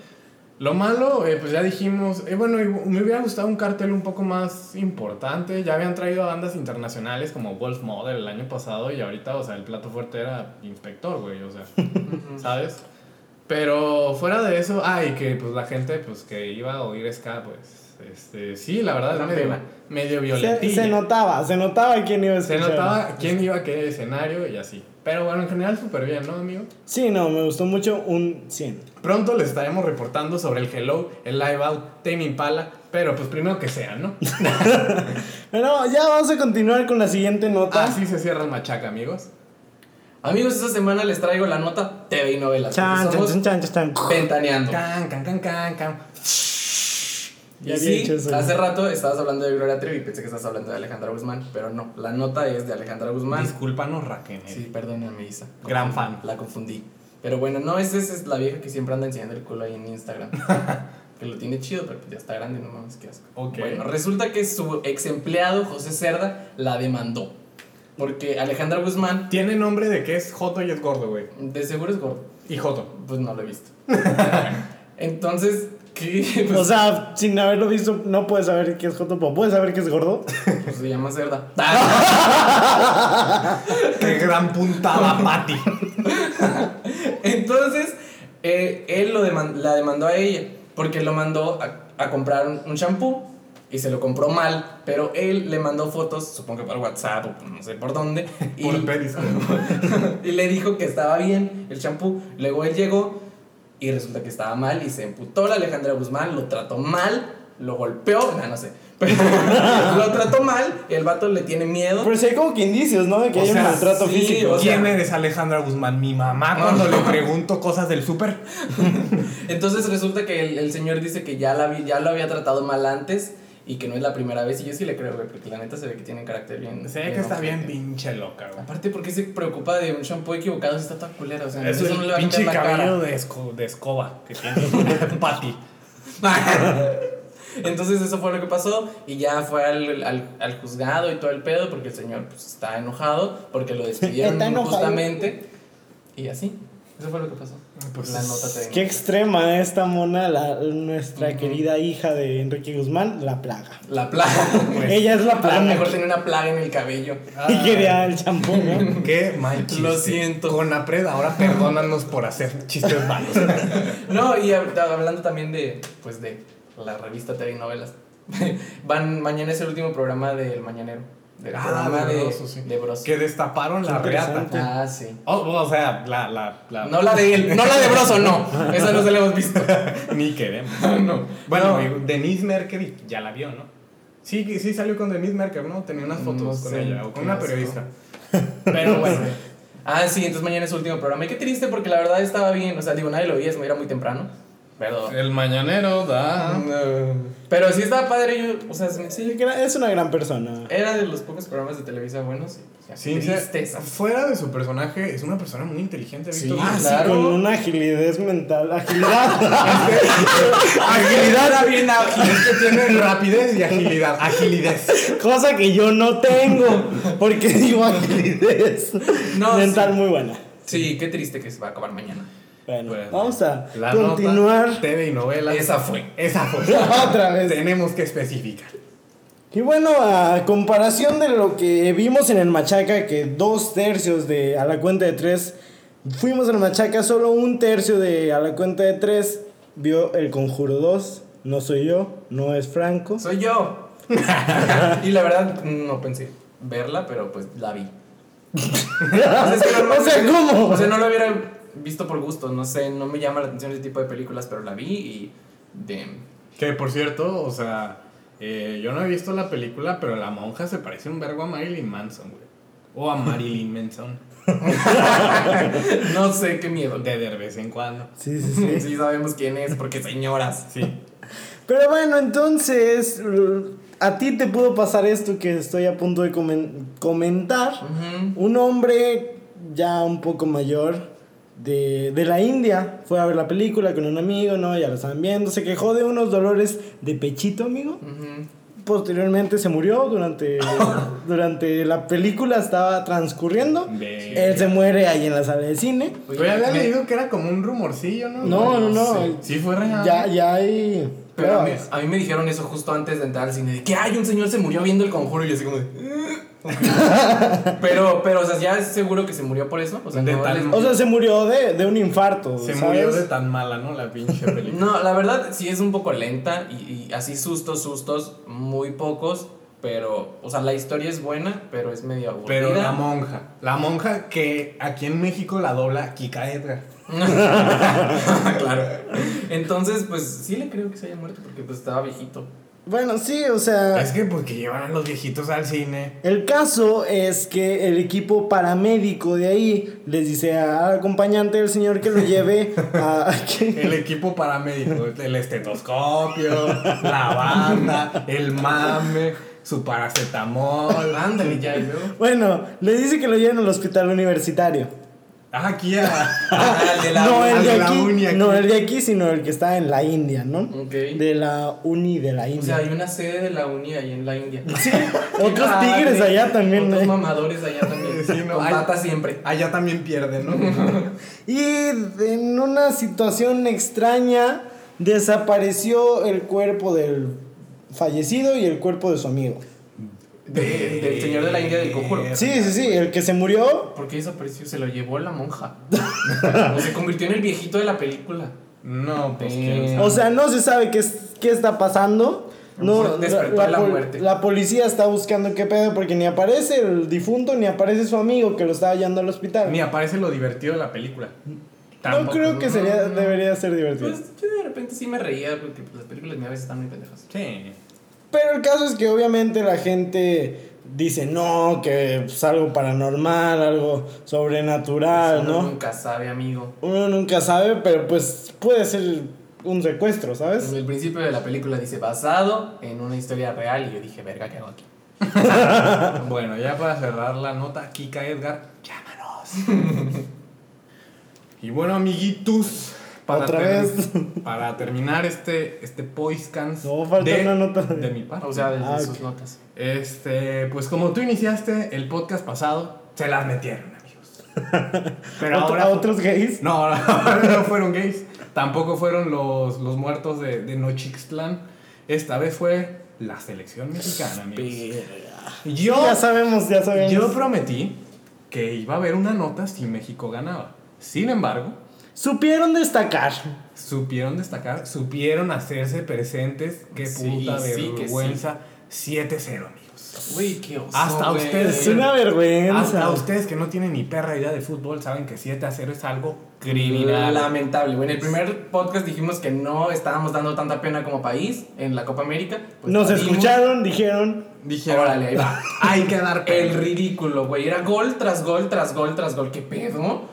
Speaker 2: Lo malo, eh, pues ya dijimos, eh, bueno, y- me hubiera gustado un cartel un poco más importante, ya habían traído a bandas internacionales como Wolf Mother el año pasado y ahorita, o sea, el plato fuerte era Inspector, güey, o sea, ¿sabes? Pero fuera de eso, ay, que pues la gente pues que iba a oír ska, pues, este, sí, la verdad,
Speaker 1: Una
Speaker 2: es medio,
Speaker 1: pena.
Speaker 2: medio
Speaker 3: Se,
Speaker 2: violentilla.
Speaker 3: se notaba, se notaba quién iba a
Speaker 2: Se
Speaker 3: escuchar.
Speaker 2: notaba quién iba a qué escenario y así. Pero bueno, en general súper bien, ¿no, amigo?
Speaker 3: Sí, no, me gustó mucho un 100.
Speaker 2: Pronto les estaremos reportando sobre el Hello, el Live Out, Tame Impala, pero pues primero que sea, ¿no?
Speaker 3: Pero ya vamos a continuar con la siguiente nota.
Speaker 2: Así Ah, se cierra el machaca, amigos.
Speaker 1: Amigos, esta semana les traigo la nota TV y novelas.
Speaker 3: Chan,
Speaker 1: porque somos
Speaker 3: chan, chan, chan, chan.
Speaker 1: Ventaneando.
Speaker 2: Can, can, can, can, can.
Speaker 1: Y
Speaker 3: Ya había
Speaker 1: sí,
Speaker 3: hecho eso.
Speaker 1: hace rato estabas hablando de Gloria Trevi, pensé que estabas hablando de Alejandra Guzmán, pero no, la nota es de Alejandra Guzmán.
Speaker 2: Discúlpanos, Raquel.
Speaker 1: Sí, perdóname, Isa.
Speaker 2: Gran
Speaker 1: Confundí-
Speaker 2: fan.
Speaker 1: La confundí. Pero bueno, no, esa es la vieja que siempre anda enseñando el culo ahí en Instagram. que lo tiene chido, pero pues ya está grande, no mames, qué asco.
Speaker 2: Ok.
Speaker 1: Bueno, resulta que su ex empleado, José Cerda, la demandó. Porque Alejandra Guzmán,
Speaker 2: Tiene nombre de que es Joto y es gordo, güey.
Speaker 1: de seguro es gordo.
Speaker 2: Y Joto.
Speaker 1: Pues no lo he visto. Entonces, ¿qué? Pues,
Speaker 3: O sea, sin haberlo visto, no puedes saber que es Jotopo. ¿Puedes saber que es gordo?
Speaker 1: pues se llama Cerda.
Speaker 2: ¡Qué gran puntada, Pati!
Speaker 1: Entonces, eh, él lo deman- la demandó a ella porque lo mandó a, a comprar un- un shampoo y se lo compró mal, pero él le mandó fotos, supongo que por WhatsApp o no sé por dónde, y,
Speaker 2: Por Peris.
Speaker 1: y le dijo que estaba bien el shampoo. Luego él llegó y resulta que estaba mal y se emputó la Alejandra Guzmán, lo trató mal, lo golpeó, nah, no sé.
Speaker 2: Pero
Speaker 1: lo trató mal, el vato le tiene miedo.
Speaker 3: Pero si hay como que indicios, ¿no? De que
Speaker 2: O
Speaker 3: hay
Speaker 2: sea,
Speaker 3: un maltrato
Speaker 1: sí,
Speaker 3: físico.
Speaker 1: o sea-
Speaker 2: ¿Quién eres Alejandra Guzmán? Mi mamá cuando le pregunto cosas del súper.
Speaker 1: Entonces resulta que el, el señor dice que ya, la vi- ya lo había tratado mal antes y que no es la primera vez. Y yo sí le creo, güey, porque la neta se ve que tiene carácter bien.
Speaker 2: Sé que está bien
Speaker 1: ojete.
Speaker 2: pinche loca, güey.
Speaker 1: Aparte, ¿por qué se preocupa de un shampoo equivocado si está tan culera? O sea,
Speaker 2: Es
Speaker 1: eso, no
Speaker 2: el
Speaker 1: le va a quitar
Speaker 2: pinche
Speaker 1: la cara.
Speaker 2: cabello de, esco- de escoba que tiene Patty.
Speaker 1: Entonces eso fue lo que pasó y ya fue al, al- al juzgado y todo el pedo porque el señor pues, está enojado porque lo despidieron
Speaker 3: Está enojado.
Speaker 1: justamente y así. Eso fue lo que pasó.
Speaker 2: Pues
Speaker 1: la nota te
Speaker 3: Qué extrema esta mona, la, nuestra querida hija de Enrique Guzmán, la plaga.
Speaker 1: La plaga.
Speaker 2: Pues,
Speaker 3: Ella es la
Speaker 1: A lo mejor
Speaker 3: plaga.
Speaker 1: tenía una plaga en el cabello.
Speaker 3: Y quería el champú, ¿no?
Speaker 2: Qué mal chiste.
Speaker 1: Lo siento.
Speaker 2: Con Apred, ahora perdónanos por hacer chistes malos.
Speaker 1: No, y hab- hablando también de, pues de la revista TV y Novelas. Van, mañana es el último programa del Mañanero. Del
Speaker 2: Ah,
Speaker 1: programa
Speaker 2: de
Speaker 1: de,
Speaker 2: Broso, sí.
Speaker 1: de Broso.
Speaker 2: que destaparon la
Speaker 3: Interesante.
Speaker 2: reata.
Speaker 1: Ah, sí.
Speaker 2: O, o sea, la, la, la.
Speaker 1: No la de él, no la de Broso, no. Esa no se la hemos visto.
Speaker 2: Ni queremos.
Speaker 1: No. No.
Speaker 2: Bueno, y Denise Mercury ya la vio, ¿no? Sí, sí salió con Denise Mercury, ¿no? Tenía unas fotos
Speaker 1: No
Speaker 2: con
Speaker 1: sé,
Speaker 2: ella o con
Speaker 1: qué
Speaker 2: una
Speaker 1: asco.
Speaker 2: periodista.
Speaker 1: Pero bueno. Ah, sí, entonces mañana es su último programa. Y qué triste porque la verdad estaba bien. O sea, digo, nadie lo veía, se me era muy temprano. Perdón.
Speaker 2: El mañanero da.
Speaker 1: Pero sí estaba padre. Yo, o sea, se me- sí,
Speaker 3: Es una gran persona.
Speaker 1: era de los pocos programas de Televisa buenos. y, o sea,
Speaker 2: Sí,
Speaker 1: tristeza.
Speaker 2: fuera de su personaje, es una persona muy inteligente,
Speaker 1: Sí,
Speaker 2: Víctor.
Speaker 1: Ah,
Speaker 3: Sí,
Speaker 1: claro.
Speaker 3: Con una agilidad mental. Agilidad.
Speaker 1: Agilidad bien ágil.
Speaker 2: Es que tiene rapidez y agilidad. Agilidez.
Speaker 3: cosa que yo no tengo. Porque digo agilidad.
Speaker 1: No,
Speaker 3: mental
Speaker 1: sí.
Speaker 3: muy buena.
Speaker 1: Sí, qué triste que se va a acabar mañana.
Speaker 3: Bueno,
Speaker 2: Bueno,
Speaker 3: vamos a
Speaker 2: La
Speaker 3: continuar.
Speaker 2: nota, TV y novelas.
Speaker 1: Esa fue.
Speaker 2: Esa fue.
Speaker 3: Otra vez.
Speaker 2: Tenemos que especificar.
Speaker 3: Y bueno, a comparación de lo que vimos en el Machaca, que dos tercios de a la cuenta de tres fuimos al Machaca, solo un tercio de a la cuenta de tres vio el Conjuro 2. No soy yo, no es Franco.
Speaker 1: Soy yo. y la verdad, no pensé verla, pero pues la vi. es que
Speaker 3: o sea,
Speaker 1: normalmente-
Speaker 3: ¿cómo?
Speaker 1: O sea, no lo hubiera visto por gusto, no sé, no me llama la atención ese tipo de películas, pero la vi y de
Speaker 2: Que por cierto, o sea, eh, yo no he visto la película, pero la monja se parece un vergo a Marilyn Manson, güey. O a Marilyn Manson.
Speaker 1: no sé qué miedo.
Speaker 2: De, de vez en cuando.
Speaker 3: Sí, sí, sí.
Speaker 1: Sí sabemos quién es porque señoras.
Speaker 2: Sí.
Speaker 3: Pero bueno, entonces, l- a ti te pudo pasar esto que estoy a punto de comen- comentar.
Speaker 1: Ujú.
Speaker 3: Un hombre ya un poco mayor de, de la India fue a ver la película con un amigo, ¿no? Ya lo estaban viendo. Se quejó de unos dolores de pechito, amigo.
Speaker 1: Ujú.
Speaker 3: Posteriormente se murió durante, durante la película estaba transcurriendo.
Speaker 2: Ve-
Speaker 3: Él se muere ahí en la sala de cine.
Speaker 2: Pero ya había
Speaker 1: Me-
Speaker 2: leído que era como un rumorcillo, ¿no?
Speaker 3: No, no, no.
Speaker 2: Sí, Sí fue real.
Speaker 3: Ya, ya hay...
Speaker 1: Pero a mí,
Speaker 3: pruebas.
Speaker 1: a mí me dijeron eso justo antes de entrar al cine, de que hay un señor se murió viendo el conjuro y yo así como de... "Eh". pero, pero, o sea, ya es seguro que se murió por eso. O sea,
Speaker 2: De
Speaker 1: no,
Speaker 2: tal-
Speaker 1: les-
Speaker 3: O sea, se murió de, de un infarto.
Speaker 2: Se
Speaker 3: ¿sabes?
Speaker 2: murió de tan mala, ¿no? La pinche película.
Speaker 1: no, la verdad sí es un poco lenta y, y así sustos, sustos, muy pocos. Pero, o sea, la historia es buena, pero es medio aburrida.
Speaker 2: Pero la monja. La monja que aquí en México la dobla Kika Edgar.
Speaker 1: claro. Entonces, pues sí le creo que se haya muerto porque pues estaba viejito.
Speaker 3: Bueno, sí, o sea...
Speaker 2: Es que porque llevan a los viejitos al cine.
Speaker 3: El caso es que el equipo paramédico de ahí les dice al acompañante del señor que lo lleve a... que-
Speaker 2: El equipo paramédico, el estetoscopio, la banda, el mame, su paracetamol.
Speaker 1: Ándale ya, y luego.
Speaker 3: bueno, le dice que lo lleven al hospital universitario.
Speaker 2: Ah, aquí a.
Speaker 1: Ah, el de la-
Speaker 3: no, el
Speaker 2: al
Speaker 3: de
Speaker 2: de la
Speaker 3: aquí,
Speaker 2: uni aquí.
Speaker 3: no el de aquí, sino el que está en la India, ¿no?
Speaker 1: Ok.
Speaker 3: De la uni de la
Speaker 1: O sea,
Speaker 3: India.
Speaker 1: hay una sede de la uni ahí en la India.
Speaker 3: sí, otros
Speaker 1: Ah,
Speaker 3: tigres
Speaker 1: sí.
Speaker 3: allá también.
Speaker 1: Otros
Speaker 3: ¿eh?
Speaker 1: mamadores allá también.
Speaker 2: Sí, no,
Speaker 1: con
Speaker 2: hay-
Speaker 1: patas siempre.
Speaker 2: Allá también pierde, ¿no?
Speaker 3: Y en una situación extraña desapareció el cuerpo del fallecido y el cuerpo de su amigo.
Speaker 1: De- del señor de la India del conjuro.
Speaker 3: Sí, sí, sí, el que se murió.
Speaker 1: ¿Por qué desapareció? Se lo llevó la monja. o se convirtió en el viejito de la película.
Speaker 2: No, pues
Speaker 1: Eh,
Speaker 2: quién sabe.
Speaker 3: O sea, no se sabe qué, es- qué está pasando. No,
Speaker 1: Despertó de la
Speaker 3: pol-
Speaker 1: muerte.
Speaker 3: la policía está buscando qué pedo porque ni aparece el difunto ni aparece su amigo que lo estaba llevando al hospital.
Speaker 2: Ni aparece lo divertido de la película.
Speaker 3: no
Speaker 2: Tampoco.
Speaker 3: creo que sería,
Speaker 1: no.
Speaker 3: debería ser divertido.
Speaker 1: Pues yo de repente sí me reía porque pues, las películas mías a veces están muy pendejas.
Speaker 2: Sí.
Speaker 3: Pero el caso es que obviamente la gente dice, no, que es algo paranormal, algo sobrenatural,
Speaker 1: Uno
Speaker 3: Ah, ¿no?
Speaker 1: nunca sabe, amigo.
Speaker 3: Uno nunca sabe, pero pues puede ser un secuestro, ¿sabes?
Speaker 1: El principio de la película dice basado en una historia real y yo dije, verga, ¿qué hago aquí?
Speaker 2: Bueno, ya para cerrar la nota, Kika Edgar, llámanos. y bueno, amiguitos, para,
Speaker 3: Otra vez.
Speaker 2: para terminar este, este podcast
Speaker 3: No, falta
Speaker 2: de,
Speaker 3: una nota.
Speaker 2: de mi parte.
Speaker 1: O sea, desde
Speaker 3: Ah,
Speaker 1: sus
Speaker 3: ok.
Speaker 1: notas.
Speaker 2: Este, pues como tú iniciaste el podcast pasado, se las metieron, amigos. Pero
Speaker 3: ¿A otro-
Speaker 2: ahora.
Speaker 3: ¿A otros gays?
Speaker 2: No, ahora no fueron gays. Tampoco fueron los, los muertos de, de Nochixtlán. Esta vez fue la selección mexicana, amigos. Yo,
Speaker 3: Ya sabemos, ya
Speaker 1: Pues,
Speaker 3: sabemos.
Speaker 2: yo prometí que iba a haber una nota si México ganaba. Sin embargo,
Speaker 3: Supieron destacar.
Speaker 2: supieron destacar, supieron hacerse presentes. Qué
Speaker 1: Sí,
Speaker 2: puta
Speaker 1: sí, que sí.
Speaker 2: vergüenza. 7-0, amigos.
Speaker 1: Uy, qué oso.
Speaker 2: Hasta
Speaker 1: güey.
Speaker 2: ustedes.
Speaker 3: Es una
Speaker 2: Hasta
Speaker 3: vergüenza.
Speaker 2: ustedes que no tienen ni perra idea de fútbol saben que 7 a 0 es algo
Speaker 3: Mm.
Speaker 2: criminal.
Speaker 1: Lamentable, güey. En el primer podcast dijimos que no estábamos dando tanta pena como país en la Copa América. Pues
Speaker 3: Nos
Speaker 1: perdimos.
Speaker 3: escucharon, dijeron.
Speaker 2: Dijeron,
Speaker 1: Órale, ahí va.
Speaker 2: hay que dar
Speaker 1: El
Speaker 2: pena".
Speaker 1: ridículo, güey. Era gol tras gol tras gol tras gol. ¿Qué pedo?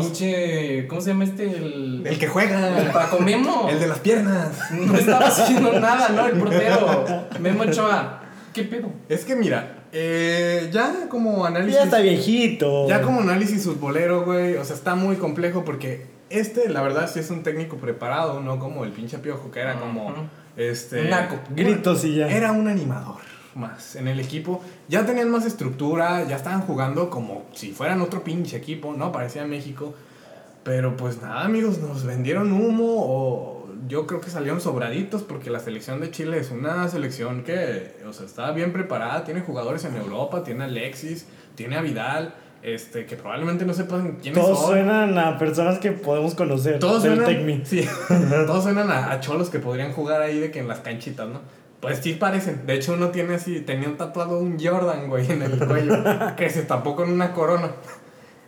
Speaker 1: Pinche. ¿Cómo se llama este? El,
Speaker 2: El que juega.
Speaker 1: el Paco Memo.
Speaker 2: El de las piernas.
Speaker 1: No estaba haciendo nada, ¿no? El portero. Memo Ochoa. ¿Qué pedo?
Speaker 2: Es que mira, eh, ya como análisis.
Speaker 3: "Pues Ya está viejito.
Speaker 2: Ya como análisis futbolero, güey. O sea, está muy complejo porque este, la verdad, sí es un técnico preparado, no como el pinche piojo, que era como.
Speaker 1: Ujú.
Speaker 2: Este.
Speaker 1: Un naco.
Speaker 3: Gritos y ya.
Speaker 2: Era un animador más en el equipo. Ya tenían más estructura, ya estaban jugando como si fueran otro pinche equipo, ¿no? Parecía México. Pero pues nada, amigos, nos vendieron humo o yo creo que salieron sobraditos porque la selección de Chile es una selección que, o sea, está bien preparada, tiene jugadores en Europa, tiene a Alexis, tiene a Vidal, este, que probablemente no sepan quiénes
Speaker 3: Todos
Speaker 2: son.
Speaker 3: suenan a personas que podemos conocer.
Speaker 2: Todos
Speaker 3: del
Speaker 2: suenan,
Speaker 3: Tecmi.
Speaker 2: sí, todos suenan a, a cholos que podrían jugar ahí de que en las canchitas, ¿no? Pues sí parecen. De hecho, uno tiene así, tenía un tatuado un Jordan, güey, en el cuello, que se tapó con una corona.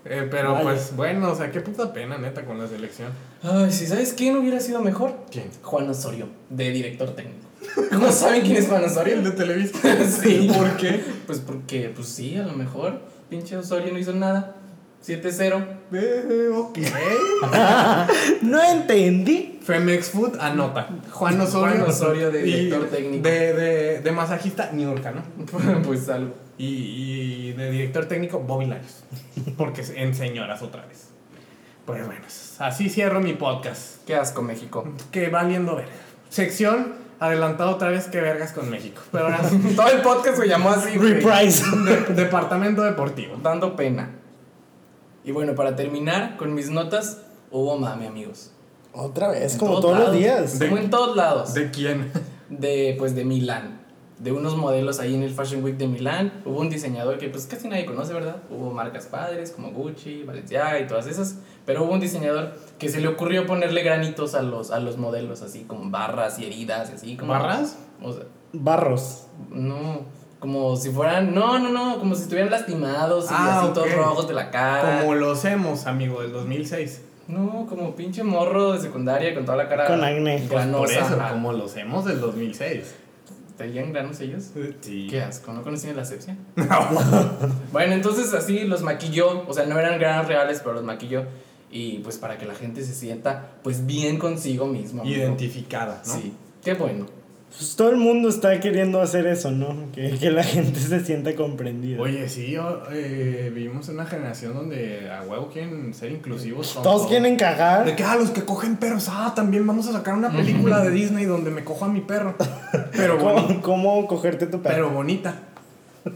Speaker 2: Eh, pero
Speaker 3: Vaya.
Speaker 2: pues bueno, o sea, qué puta pena, neta, con la selección.
Speaker 1: Ay, si sabes quién hubiera sido mejor.
Speaker 2: ¿Quién?
Speaker 1: Juan Osorio, de director técnico. ¿Cómo saben quién es Juan Osorio?
Speaker 2: El de Televisa.
Speaker 1: Sí.
Speaker 2: ¿Por qué?
Speaker 1: Pues porque, pues sí, a lo mejor. Pinche Osorio no hizo nada. 7-0.
Speaker 2: Eh, ok.
Speaker 3: No entendí.
Speaker 2: Femex Food anota. Juan Osorio.
Speaker 1: Juan Osorio de
Speaker 2: y
Speaker 1: director técnico.
Speaker 2: De, de, de masajista, New York, ¿no?
Speaker 1: pues algo.
Speaker 2: Y, y de director técnico, Bobby Larios. Porque es en señoras otra vez. Pues bueno, así cierro mi podcast.
Speaker 1: Qué asco, México.
Speaker 2: Que valiendo ver. Sección adelantado otra vez que vergas con México. Pero ahora sí,
Speaker 1: Todo el podcast se llamó así. güey.
Speaker 3: Reprise.
Speaker 2: de- departamento deportivo.
Speaker 1: Dando pena. Y bueno, para terminar con mis notas, hubo mame, amigos.
Speaker 3: Otra vez,
Speaker 1: En
Speaker 3: como todos los
Speaker 1: lados.
Speaker 3: días.
Speaker 1: Como en todos lados.
Speaker 2: ¿De quién?
Speaker 1: de pues de Milán de unos modelos ahí en el Fashion Week de Milán hubo un diseñador que pues casi nadie conoce verdad hubo marcas padres como Gucci Balenciaga y todas esas pero hubo un diseñador que se le ocurrió ponerle granitos a los a los modelos así con barras y heridas y así como
Speaker 2: ¿Barras?
Speaker 1: o sea,
Speaker 3: Barros.
Speaker 1: no como si fueran no no no como si estuvieran lastimados y
Speaker 2: Ah,
Speaker 1: así
Speaker 2: ok.
Speaker 1: todos rojos de la cara
Speaker 2: Como los hemos, amigo, del 2006.
Speaker 1: no como pinche morro de secundaria con toda la cara
Speaker 3: Con acné.
Speaker 2: Pues
Speaker 1: granosa
Speaker 2: por eso,
Speaker 1: ajá.
Speaker 2: como los hemos del 2006.
Speaker 1: tenían granos ellos
Speaker 2: Sí.
Speaker 1: qué asco no conocían la asepsia
Speaker 2: No.
Speaker 1: Bueno, entonces así los maquilló, o sea, no eran granos reales, pero los maquilló y pues para que la gente se sienta pues bien consigo mismo. amigo.
Speaker 2: Identificada, ¿no?
Speaker 1: Sí, qué bueno.
Speaker 3: Pues todo el mundo está queriendo hacer eso, ¿no? Que, que la gente se sienta comprendida.
Speaker 2: Oye, sí, o- eh, vivimos en una generación donde a huevo quieren ser inclusivos. con
Speaker 3: Todos
Speaker 2: todo.
Speaker 3: quieren
Speaker 2: De
Speaker 3: cagar.
Speaker 2: que, ah, los que cogen perros, ah, también vamos a sacar una película de Disney donde me cojo a mi perro. Pero, boni-
Speaker 3: ¿Cómo, cómo cogerte tu perro?
Speaker 2: pero bonita.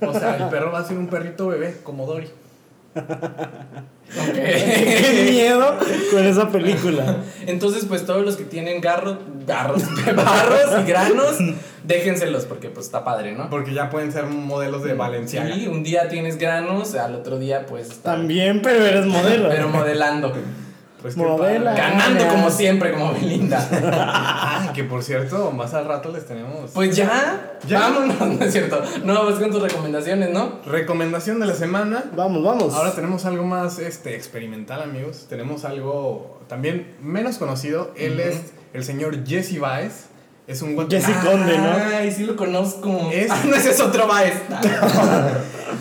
Speaker 2: O sea, el perro va a ser un perrito bebé, como Dory.
Speaker 3: Qué miedo con esa película.
Speaker 1: Entonces pues todos los que tienen garros, garros, barros y granos, déjenselos porque pues está padre, ¿no?
Speaker 2: Porque ya pueden ser modelos de Valenciaga.
Speaker 1: Sí, un día tienes granos, al otro día pues está-
Speaker 3: También, pero eres modelo.
Speaker 1: Pero modelando,
Speaker 2: Pues
Speaker 3: Modela.
Speaker 2: padre.
Speaker 1: ganando como siempre, como Belinda.
Speaker 2: Ah, que por cierto, más al rato les tenemos.
Speaker 1: Pues ya,
Speaker 2: Ya.
Speaker 1: vámonos, ¿no es cierto? No, vas con tus recomendaciones, ¿no?
Speaker 2: Recomendación de la semana.
Speaker 3: Vamos, vamos.
Speaker 2: Ahora tenemos algo más este, experimental, amigos. Tenemos algo también menos conocido. Él es el señor Jesse Baez. Es un guate-
Speaker 3: Jesse Conde, ¿no?
Speaker 1: Ay, sí lo conozco.
Speaker 2: Es-
Speaker 1: Ah, no, ese es otro Baez. Ah,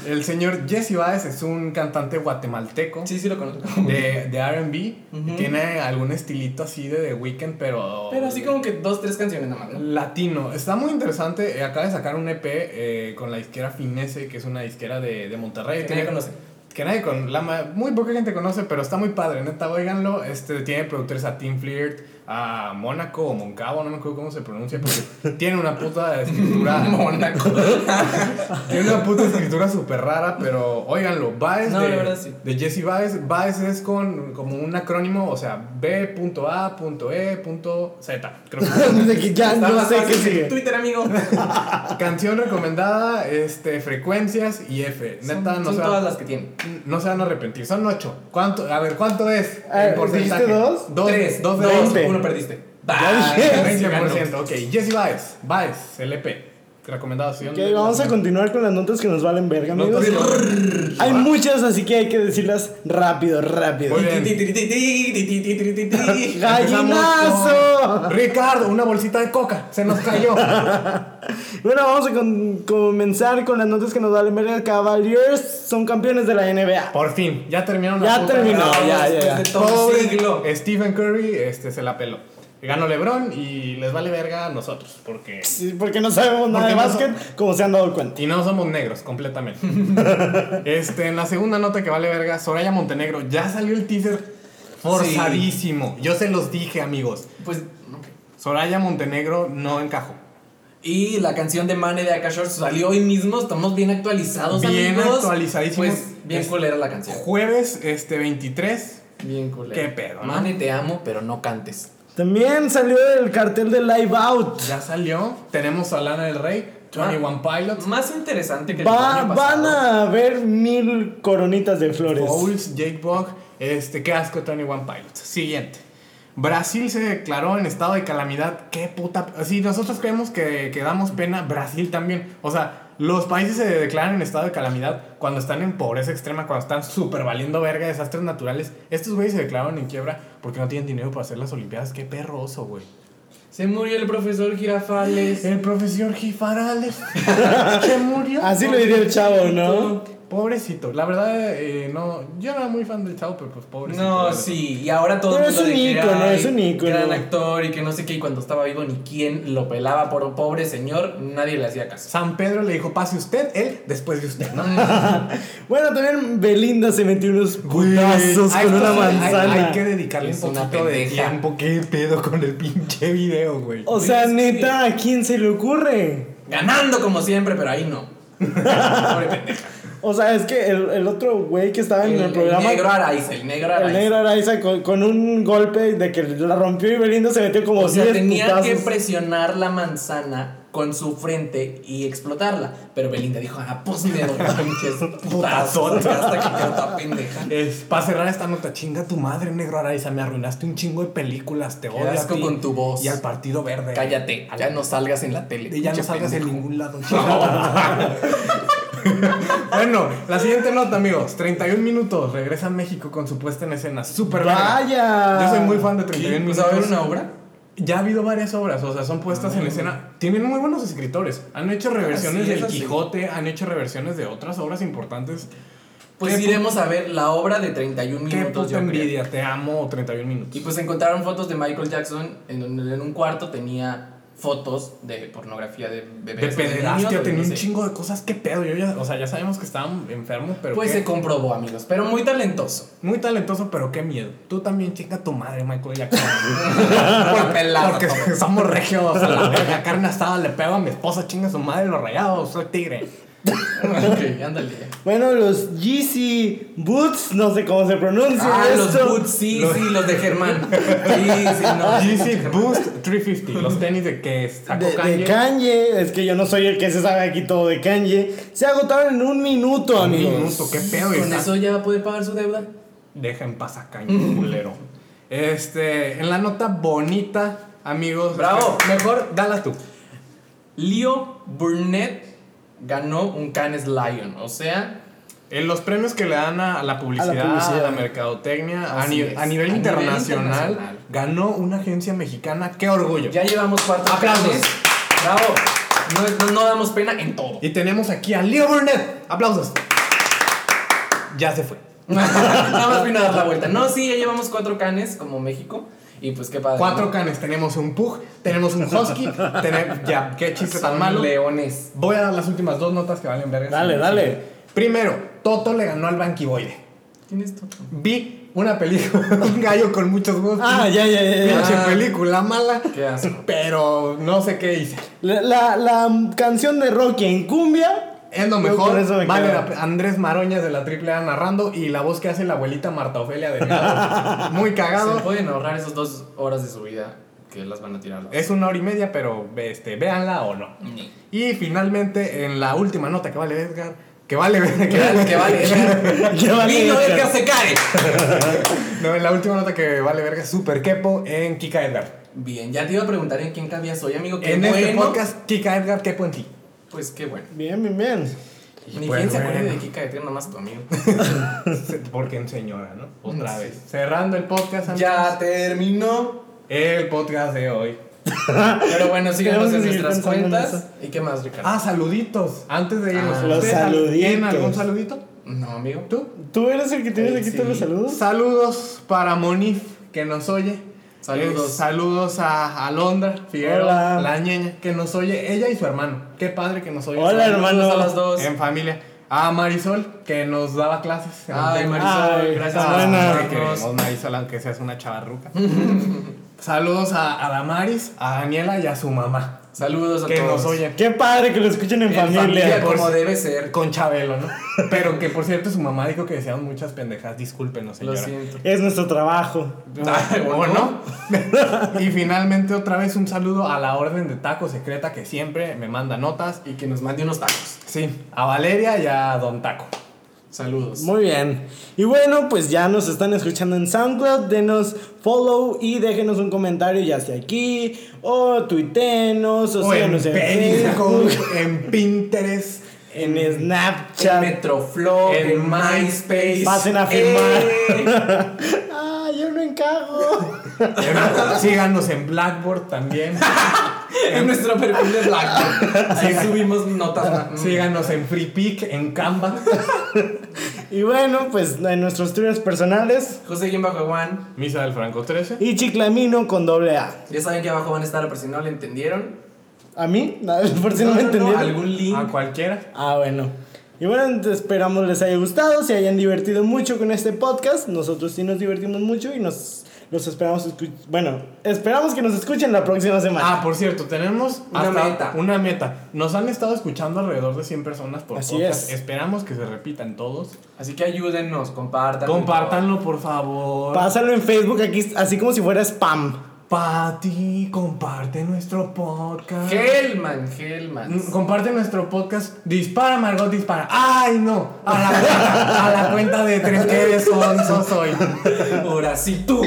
Speaker 2: El señor Jesse Baez es un cantante guatemalteco
Speaker 1: sí, sí lo conozco.
Speaker 2: de, de RB.
Speaker 1: Ujú.
Speaker 2: Tiene algún estilito así de The Weeknd, pero.
Speaker 1: Pero así como que dos, tres canciones nada más, ¿no?
Speaker 2: Latino. Está muy interesante. eh, Acaba de sacar un EP eh, con la disquera Finesse, que es una disquera de, de Monterrey.
Speaker 1: Que
Speaker 2: Tiene-
Speaker 1: nadie conoce.
Speaker 2: Que nadie con la ma- muy poca gente conoce, pero está muy padre, neta, óiganlo. Este tiene productores a Tim Flirt, a Mónaco o Moncavo, no me acuerdo cómo se pronuncia, porque tiene una puta escritura,
Speaker 1: Mónaco.
Speaker 2: tiene una puta escritura súper rara, pero óiganlo, Baez
Speaker 1: No,
Speaker 2: de,
Speaker 1: la verdad sí.
Speaker 2: de Jesse Baez, Baez es con como un acrónimo, o sea, B.A.E.Z. E Creo que
Speaker 3: De que ya
Speaker 1: Está
Speaker 3: no
Speaker 1: más
Speaker 3: sé
Speaker 1: fácil
Speaker 3: qué
Speaker 1: que
Speaker 3: sigue.
Speaker 1: Twitter, amigo.
Speaker 2: Canción recomendada, este, frecuencias y F. Neta,
Speaker 1: son
Speaker 2: no,
Speaker 1: son
Speaker 2: se van-
Speaker 1: todas las que tiene.
Speaker 2: no se van a arrepentir. Son ocho. ¿Cuánto? A ver, ¿cuánto es?
Speaker 3: A ver, ¿dijiste dos?
Speaker 2: Dos,
Speaker 1: tres,
Speaker 2: dos de
Speaker 3: dos.
Speaker 2: veinte.
Speaker 1: uno perdiste.
Speaker 3: Ya dije.
Speaker 1: Ah, sí,
Speaker 2: 20%. Ok, Jesse Baez. Baez, E LP. Recomendación.
Speaker 3: Ok,
Speaker 2: de-
Speaker 3: vamos a continuar con las notas que nos valen verga, amigos.
Speaker 2: Notas de-
Speaker 3: Hay muchas, así que hay que decirlas rápido, rápido.
Speaker 2: Muy bien.
Speaker 1: Ti, ti, ti, ti, ti, ti, ti, ti, ti, ti.
Speaker 2: Empezamos
Speaker 3: ¡Gallinazo!
Speaker 2: con- Ricardo, una bolsita de coca. Se nos cayó.
Speaker 3: Bueno, vamos a con- comenzar con las notas que nos valen verga. Cavaliers son campeones de la NBA.
Speaker 2: Por fin, ya terminaron
Speaker 3: Ya terminó,
Speaker 1: No,
Speaker 3: ya, ya,
Speaker 1: después
Speaker 3: ya.
Speaker 1: de todo un siglo. Eh,
Speaker 2: Pobre Stephen Curry este, se la peló. Ganó LeBron y les vale verga a nosotros. Porque.
Speaker 3: Sí, porque no sabemos nada de
Speaker 2: Porque no
Speaker 3: básquet, como se han dado cuenta.
Speaker 2: Y no somos negros, completamente. este, en la segunda nota que vale verga, Soraya Montenegro, ya salió el teaser forzadísimo. Yo se los dije, amigos.
Speaker 1: Pues, ok.
Speaker 2: Soraya Montenegro no encajó.
Speaker 1: Y la canción de Mane de Akashor salió hoy mismo. Estamos bien actualizados,
Speaker 2: Bien
Speaker 1: amigos.
Speaker 2: actualizadísimos.
Speaker 1: Pues, bien
Speaker 2: Es-
Speaker 1: culera la canción.
Speaker 2: Jueves este 23.
Speaker 1: Bien culera.
Speaker 2: Qué pedo, ¿no?
Speaker 1: Mane, te amo, pero no cantes.
Speaker 3: También salió el cartel de Live Out.
Speaker 2: Ya salió. Tenemos a Lana del Rey,
Speaker 3: Ah.
Speaker 2: 21 Pilots,
Speaker 1: Más interesante que el
Speaker 3: Va-
Speaker 1: año
Speaker 3: van
Speaker 1: pasado.
Speaker 3: a ver mil coronitas de flores.
Speaker 2: Bowles, Jake Bog. Este, qué asco, 21 Pilots. Siguiente. Brasil se declaró en estado de calamidad. Qué puta. Sí, nosotros creemos que, que damos pena. Brasil también. O sea, los países se declaran en estado de calamidad cuando están en pobreza extrema, cuando están súper valiendo verga, desastres naturales. Estos güeyes se declararon en quiebra porque no tienen dinero para hacer las Olimpiadas. Qué perro oso, güey.
Speaker 1: Se murió el profesor Girafales.
Speaker 2: El profesor Gifarales se murió.
Speaker 3: Así lo diría el chavo, ¿no?
Speaker 2: Pobrecito. La verdad, eh, no. Yo no era muy fan del chavo, pero pues pobrecito.
Speaker 1: No,
Speaker 2: Vale.
Speaker 1: sí, y ahora todo
Speaker 3: Pero
Speaker 1: el mundo
Speaker 3: es un
Speaker 1: de que,
Speaker 3: ícono,
Speaker 1: ay,
Speaker 3: es un ícono.
Speaker 1: Gran actor y que no sé qué, y cuando estaba vivo ni quién lo pelaba por pobre señor, nadie le hacía caso.
Speaker 2: San Pedro le dijo, pase usted, él, después de usted. ¿no?
Speaker 3: Bueno, también Belinda se metió unos
Speaker 2: Güey,
Speaker 3: putazos
Speaker 2: a
Speaker 3: con
Speaker 2: esto
Speaker 3: una
Speaker 2: hay-
Speaker 3: manzana.
Speaker 2: Hay, que dedicarle un
Speaker 1: Es una
Speaker 2: poquito de
Speaker 1: pendeja. Oh.
Speaker 2: tiempo. ¿Qué pedo con el pinche video, güey?
Speaker 3: O sea, neta, ¿a quién se le ocurre?
Speaker 1: Ganando como siempre, pero ahí no. Pobre pendeja.
Speaker 3: O sea, es que el, el otro güey que estaba en el, programa,
Speaker 1: negro Araiza, el negro Araiza.
Speaker 3: el negro Araiza, con, con un golpe de que la rompió y Belinda se metió como
Speaker 1: o sea,
Speaker 3: 10
Speaker 1: tenía que
Speaker 3: putazos.
Speaker 1: presionar la manzana con su frente y explotarla. Pero Belinda dijo, ah, pues me doy pinches putazos hasta que quedó toda pendeja.
Speaker 2: Es, para cerrar esta nota, chinga tu madre, negro Araiza. Me arruinaste un chingo de películas, te odio. a
Speaker 1: asco
Speaker 2: ti
Speaker 1: con tu voz.
Speaker 2: Y al partido verde.
Speaker 1: Cállate, ya no salgas en la tele.
Speaker 2: Y ya no
Speaker 1: pinche
Speaker 2: salgas en
Speaker 1: pendejo.
Speaker 2: ningún lado. bueno, la siguiente nota, amigos. 31 minutos. Regresa a México con su puesta en escena. Super
Speaker 3: Vaya.
Speaker 2: Yo soy muy fan de
Speaker 1: ¿Qué?
Speaker 2: 31
Speaker 1: Pues
Speaker 2: minutos.
Speaker 1: a ver una obra.
Speaker 2: Ya ha habido varias obras, o sea, son puestas en escena. Tienen muy buenos escritores. Han hecho reversiones
Speaker 1: sí,
Speaker 2: del
Speaker 1: eso sí.
Speaker 2: Quijote, han hecho reversiones de otras obras importantes.
Speaker 1: Pues
Speaker 2: Qué
Speaker 1: iremos a ver la obra de 31
Speaker 2: Qué
Speaker 1: minutos.
Speaker 2: puta
Speaker 1: yo creo.
Speaker 2: envidia, te amo 31 minutos.
Speaker 1: Y pues encontraron fotos de Michael Jackson en, donde en un cuarto tenía fotos de pornografía de
Speaker 2: De
Speaker 1: bebés. o niños,
Speaker 2: pederastia,
Speaker 1: o
Speaker 2: tenía
Speaker 1: no
Speaker 2: un
Speaker 1: sé.
Speaker 2: chingo de cosas, qué pedo. Yo ya, o sea, ya sabemos que estaba enfermo, pero.
Speaker 1: Pues
Speaker 2: qué-
Speaker 1: se comprobó, amigos. Pero muy talentoso.
Speaker 2: Muy talentoso, pero qué miedo. Tú también chinga tu madre, Michael Jackson.
Speaker 1: Por pelado.
Speaker 2: Ah, Porque
Speaker 1: todo.
Speaker 2: somos regios. A la verga, carne asada le pego a mi esposa, chinga su madre, los rayados, soy tigre.
Speaker 1: Ok, ándale.
Speaker 3: Bueno, los Yeezy Boots, no sé cómo se pronuncia
Speaker 1: Ah, los
Speaker 3: esto.
Speaker 1: boots, sí, sí, los de Germán. Sí, sí, no.
Speaker 2: Yeezy Ah, Boost 350, los tenis de que sacó
Speaker 3: De, de
Speaker 2: Kanye.
Speaker 3: Kanye, es que yo no soy el que se sabe aquí todo de Kanye. Se agotaron en un minuto,
Speaker 2: Un
Speaker 3: amigos.
Speaker 2: minuto, qué pedo. y
Speaker 1: Con
Speaker 2: está-
Speaker 1: eso ya puede pagar su deuda.
Speaker 2: Deja en paz a Kanye, culero. Este, en la nota bonita, amigos.
Speaker 1: Bravo.
Speaker 2: Mejor, dala tú.
Speaker 1: Leo Burnett ganó un Cannes Lion. O sea,
Speaker 2: En Eh, los premios que le dan a, a la publicidad, a la,
Speaker 3: publicidad.
Speaker 2: mercadotecnia, a,
Speaker 1: Así
Speaker 2: ni-
Speaker 1: es.
Speaker 2: a nivel
Speaker 1: A nivel
Speaker 2: internacional,
Speaker 1: internacional.
Speaker 2: ganó una agencia mexicana. ¡Qué orgullo!
Speaker 1: Ya llevamos cuatro
Speaker 2: Aplausos.
Speaker 1: premios. Bravo. No, no- no damos pena en todo.
Speaker 2: Y tenemos aquí a Leo Burnett. ¡Aplausos! Ya se fue.
Speaker 1: Nada más vino a dar la vuelta. No, sí, ya llevamos cuatro canes como México. Y pues qué padre.
Speaker 2: Cuatro
Speaker 1: ¿no?
Speaker 2: canes. Tenemos un Pug, tenemos un Husky. tene- ya, qué chiste tan
Speaker 1: Son
Speaker 2: malo.
Speaker 1: leones.
Speaker 2: Voy a dar las últimas dos notas que valen verga.
Speaker 3: Dale, dale.
Speaker 2: Primero, Toto le ganó al Banquiboide.
Speaker 1: ¿Quién es Toto?
Speaker 2: Vi una película, un gallo con muchos gustos.
Speaker 3: Ah, ya, ya, ya. ya.
Speaker 2: Pinche
Speaker 1: Ah.
Speaker 2: película mala.
Speaker 1: Qué asco.
Speaker 2: Pero no sé qué hice.
Speaker 3: La, la, la canción de Rocky en cumbia.
Speaker 2: Es lo
Speaker 3: Yo
Speaker 2: mejor.
Speaker 3: por eso me
Speaker 2: vale,
Speaker 3: quedo.
Speaker 2: la pe- Andrés Maroñas de la AAA narrando y la voz que hace la abuelita Marta Ofelia de Nado. Muy
Speaker 1: Se
Speaker 2: cagado.
Speaker 1: pueden ahorrar esas dos horas de su vida que las van a tirar. a la-
Speaker 2: Es una hora y media, pero este, véanla o no.
Speaker 1: Ni.
Speaker 2: Y finalmente, en la última nota que vale Edgar, que vale verga,
Speaker 1: Que vale, que vale.
Speaker 3: Que vale,
Speaker 1: Vino
Speaker 3: Edgar.
Speaker 1: Edgar se cae.
Speaker 2: No, en la última nota que vale verga, super kepo en Kika Edgar.
Speaker 1: Bien, ya te iba a preguntar en quién cabías hoy, amigo. Qué
Speaker 2: En
Speaker 1: bueno.
Speaker 2: este podcast, Kika Edgar, kepo en ti.
Speaker 1: Pues qué bueno.
Speaker 3: Bien, bien, bien.
Speaker 1: Ni
Speaker 2: Pues
Speaker 1: quién se acuerde
Speaker 2: bueno.
Speaker 1: de Kika de Tierra, nada más tu amigo.
Speaker 2: Porque en señora, ¿no? Otra
Speaker 1: Sí.
Speaker 2: vez. Cerrando el podcast, amigos.
Speaker 1: ya terminó.
Speaker 2: El podcast de hoy.
Speaker 1: Pero bueno, síganos
Speaker 3: Tenemos que
Speaker 1: en
Speaker 3: seguir
Speaker 1: nuestras
Speaker 3: pensando en
Speaker 1: cuentas. ¿Y qué más, Ricardo?
Speaker 2: Ah, saluditos. Antes de irnos,
Speaker 1: Ah,
Speaker 2: ¿ustedes
Speaker 3: los
Speaker 2: sal- ¿tienen
Speaker 3: saluditos.
Speaker 2: algún saludito?
Speaker 1: No, amigo.
Speaker 2: ¿Tú?
Speaker 3: ¿Tú eres el que tienes aquí
Speaker 1: Sí.
Speaker 3: todos los saludos?
Speaker 2: Saludos para Monif, que nos oye.
Speaker 1: Saludos.
Speaker 2: Eh, saludos a Alondra Figueroa,
Speaker 3: Hola.
Speaker 2: la ñeña, que nos oye. Ella y su hermano. Qué padre que nos oye.
Speaker 3: Hola,
Speaker 2: Saludos
Speaker 3: hermano.
Speaker 1: a las dos.
Speaker 2: En familia. A Marisol, que nos daba clases. en
Speaker 1: Ay,
Speaker 2: el tema.
Speaker 1: Marisol,
Speaker 3: Ay,
Speaker 2: Ah.
Speaker 1: gracias por
Speaker 3: buena.
Speaker 2: Te queremos,
Speaker 1: escucharnos.
Speaker 2: Marisol, aunque seas una chavarruca. saludos a, a Damaris, a Daniela y a su mamá.
Speaker 1: Saludos a
Speaker 2: Que
Speaker 1: todos.
Speaker 2: nos oye.
Speaker 3: Qué padre que lo escuchen en,
Speaker 2: En
Speaker 3: familia.
Speaker 2: familia.
Speaker 1: Como
Speaker 2: Por-
Speaker 1: debe ser.
Speaker 2: Con Chabelo, ¿no? Pero que por cierto su mamá dijo que decían muchas pendejas, discúlpenos,
Speaker 1: Lo
Speaker 2: señora.
Speaker 1: siento.
Speaker 3: Es nuestro trabajo.
Speaker 2: Ay, ¿O no? y finalmente otra vez un saludo a la orden de taco secreta que siempre me manda notas.
Speaker 1: Y que nos mande unos tacos.
Speaker 2: Sí, a Valeria y a Don Taco.
Speaker 1: Saludos.
Speaker 3: Muy bien. Y bueno, pues ya nos están escuchando en SoundCloud. Denos follow y déjenos un comentario ya sea aquí. O tuitenos. O,
Speaker 2: O en
Speaker 3: síganos en
Speaker 2: Facebook,
Speaker 3: Facebook.
Speaker 2: en Pinterest.
Speaker 3: En
Speaker 1: En
Speaker 3: Snapchat.
Speaker 1: Metroflow,
Speaker 2: En
Speaker 1: en, MySpace.
Speaker 3: Pasen a
Speaker 1: ¡Eh!
Speaker 3: ah, yo no encajo.
Speaker 2: en- síganos en Blackboard también.
Speaker 1: en nuestro perfil de Blackboard. Ahí subimos notas.
Speaker 2: Síganos en FreePic, en Canva.
Speaker 3: y bueno, pues en nuestros tweets personales.
Speaker 1: José Guión Bajo Juan.
Speaker 2: Misa del Franco 13.
Speaker 3: Y Chiclamino con doble A.
Speaker 1: Ya saben que abajo van a estar, por si no le entendieron.
Speaker 3: ¿A mí? Por si no, me entendieron.
Speaker 1: algún link.
Speaker 2: A cualquiera.
Speaker 3: Ah, bueno. Y bueno, te- esperamos les haya gustado, se hayan divertido mucho con este podcast. Nosotros sí nos divertimos mucho y nos los esperamos escu- bueno, esperamos que nos escuchen la próxima semana.
Speaker 2: Ah, por cierto, tenemos
Speaker 1: Una
Speaker 2: hasta
Speaker 1: meta.
Speaker 2: una meta. Nos han estado escuchando alrededor de 100 personas por
Speaker 3: Así
Speaker 2: podcast.
Speaker 3: es.
Speaker 2: Esperamos que se repitan todos.
Speaker 1: Así que ayúdennos, compartan.
Speaker 2: Compártanlo, por favor.
Speaker 3: Pásalo en Facebook aquí así como si fuera spam.
Speaker 2: Pati, comparte nuestro podcast.
Speaker 1: Helman, Helman.
Speaker 2: Mm, Comparte nuestro podcast. Dispara, Margot, dispara. ¡Ay, no! A la cuenta, a la cuenta de tres que eres sonso soy.
Speaker 3: Mm,
Speaker 1: Ahora sí tú.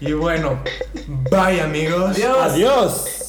Speaker 2: Y bueno, bye, amigos.
Speaker 1: Adiós.
Speaker 3: Adiós.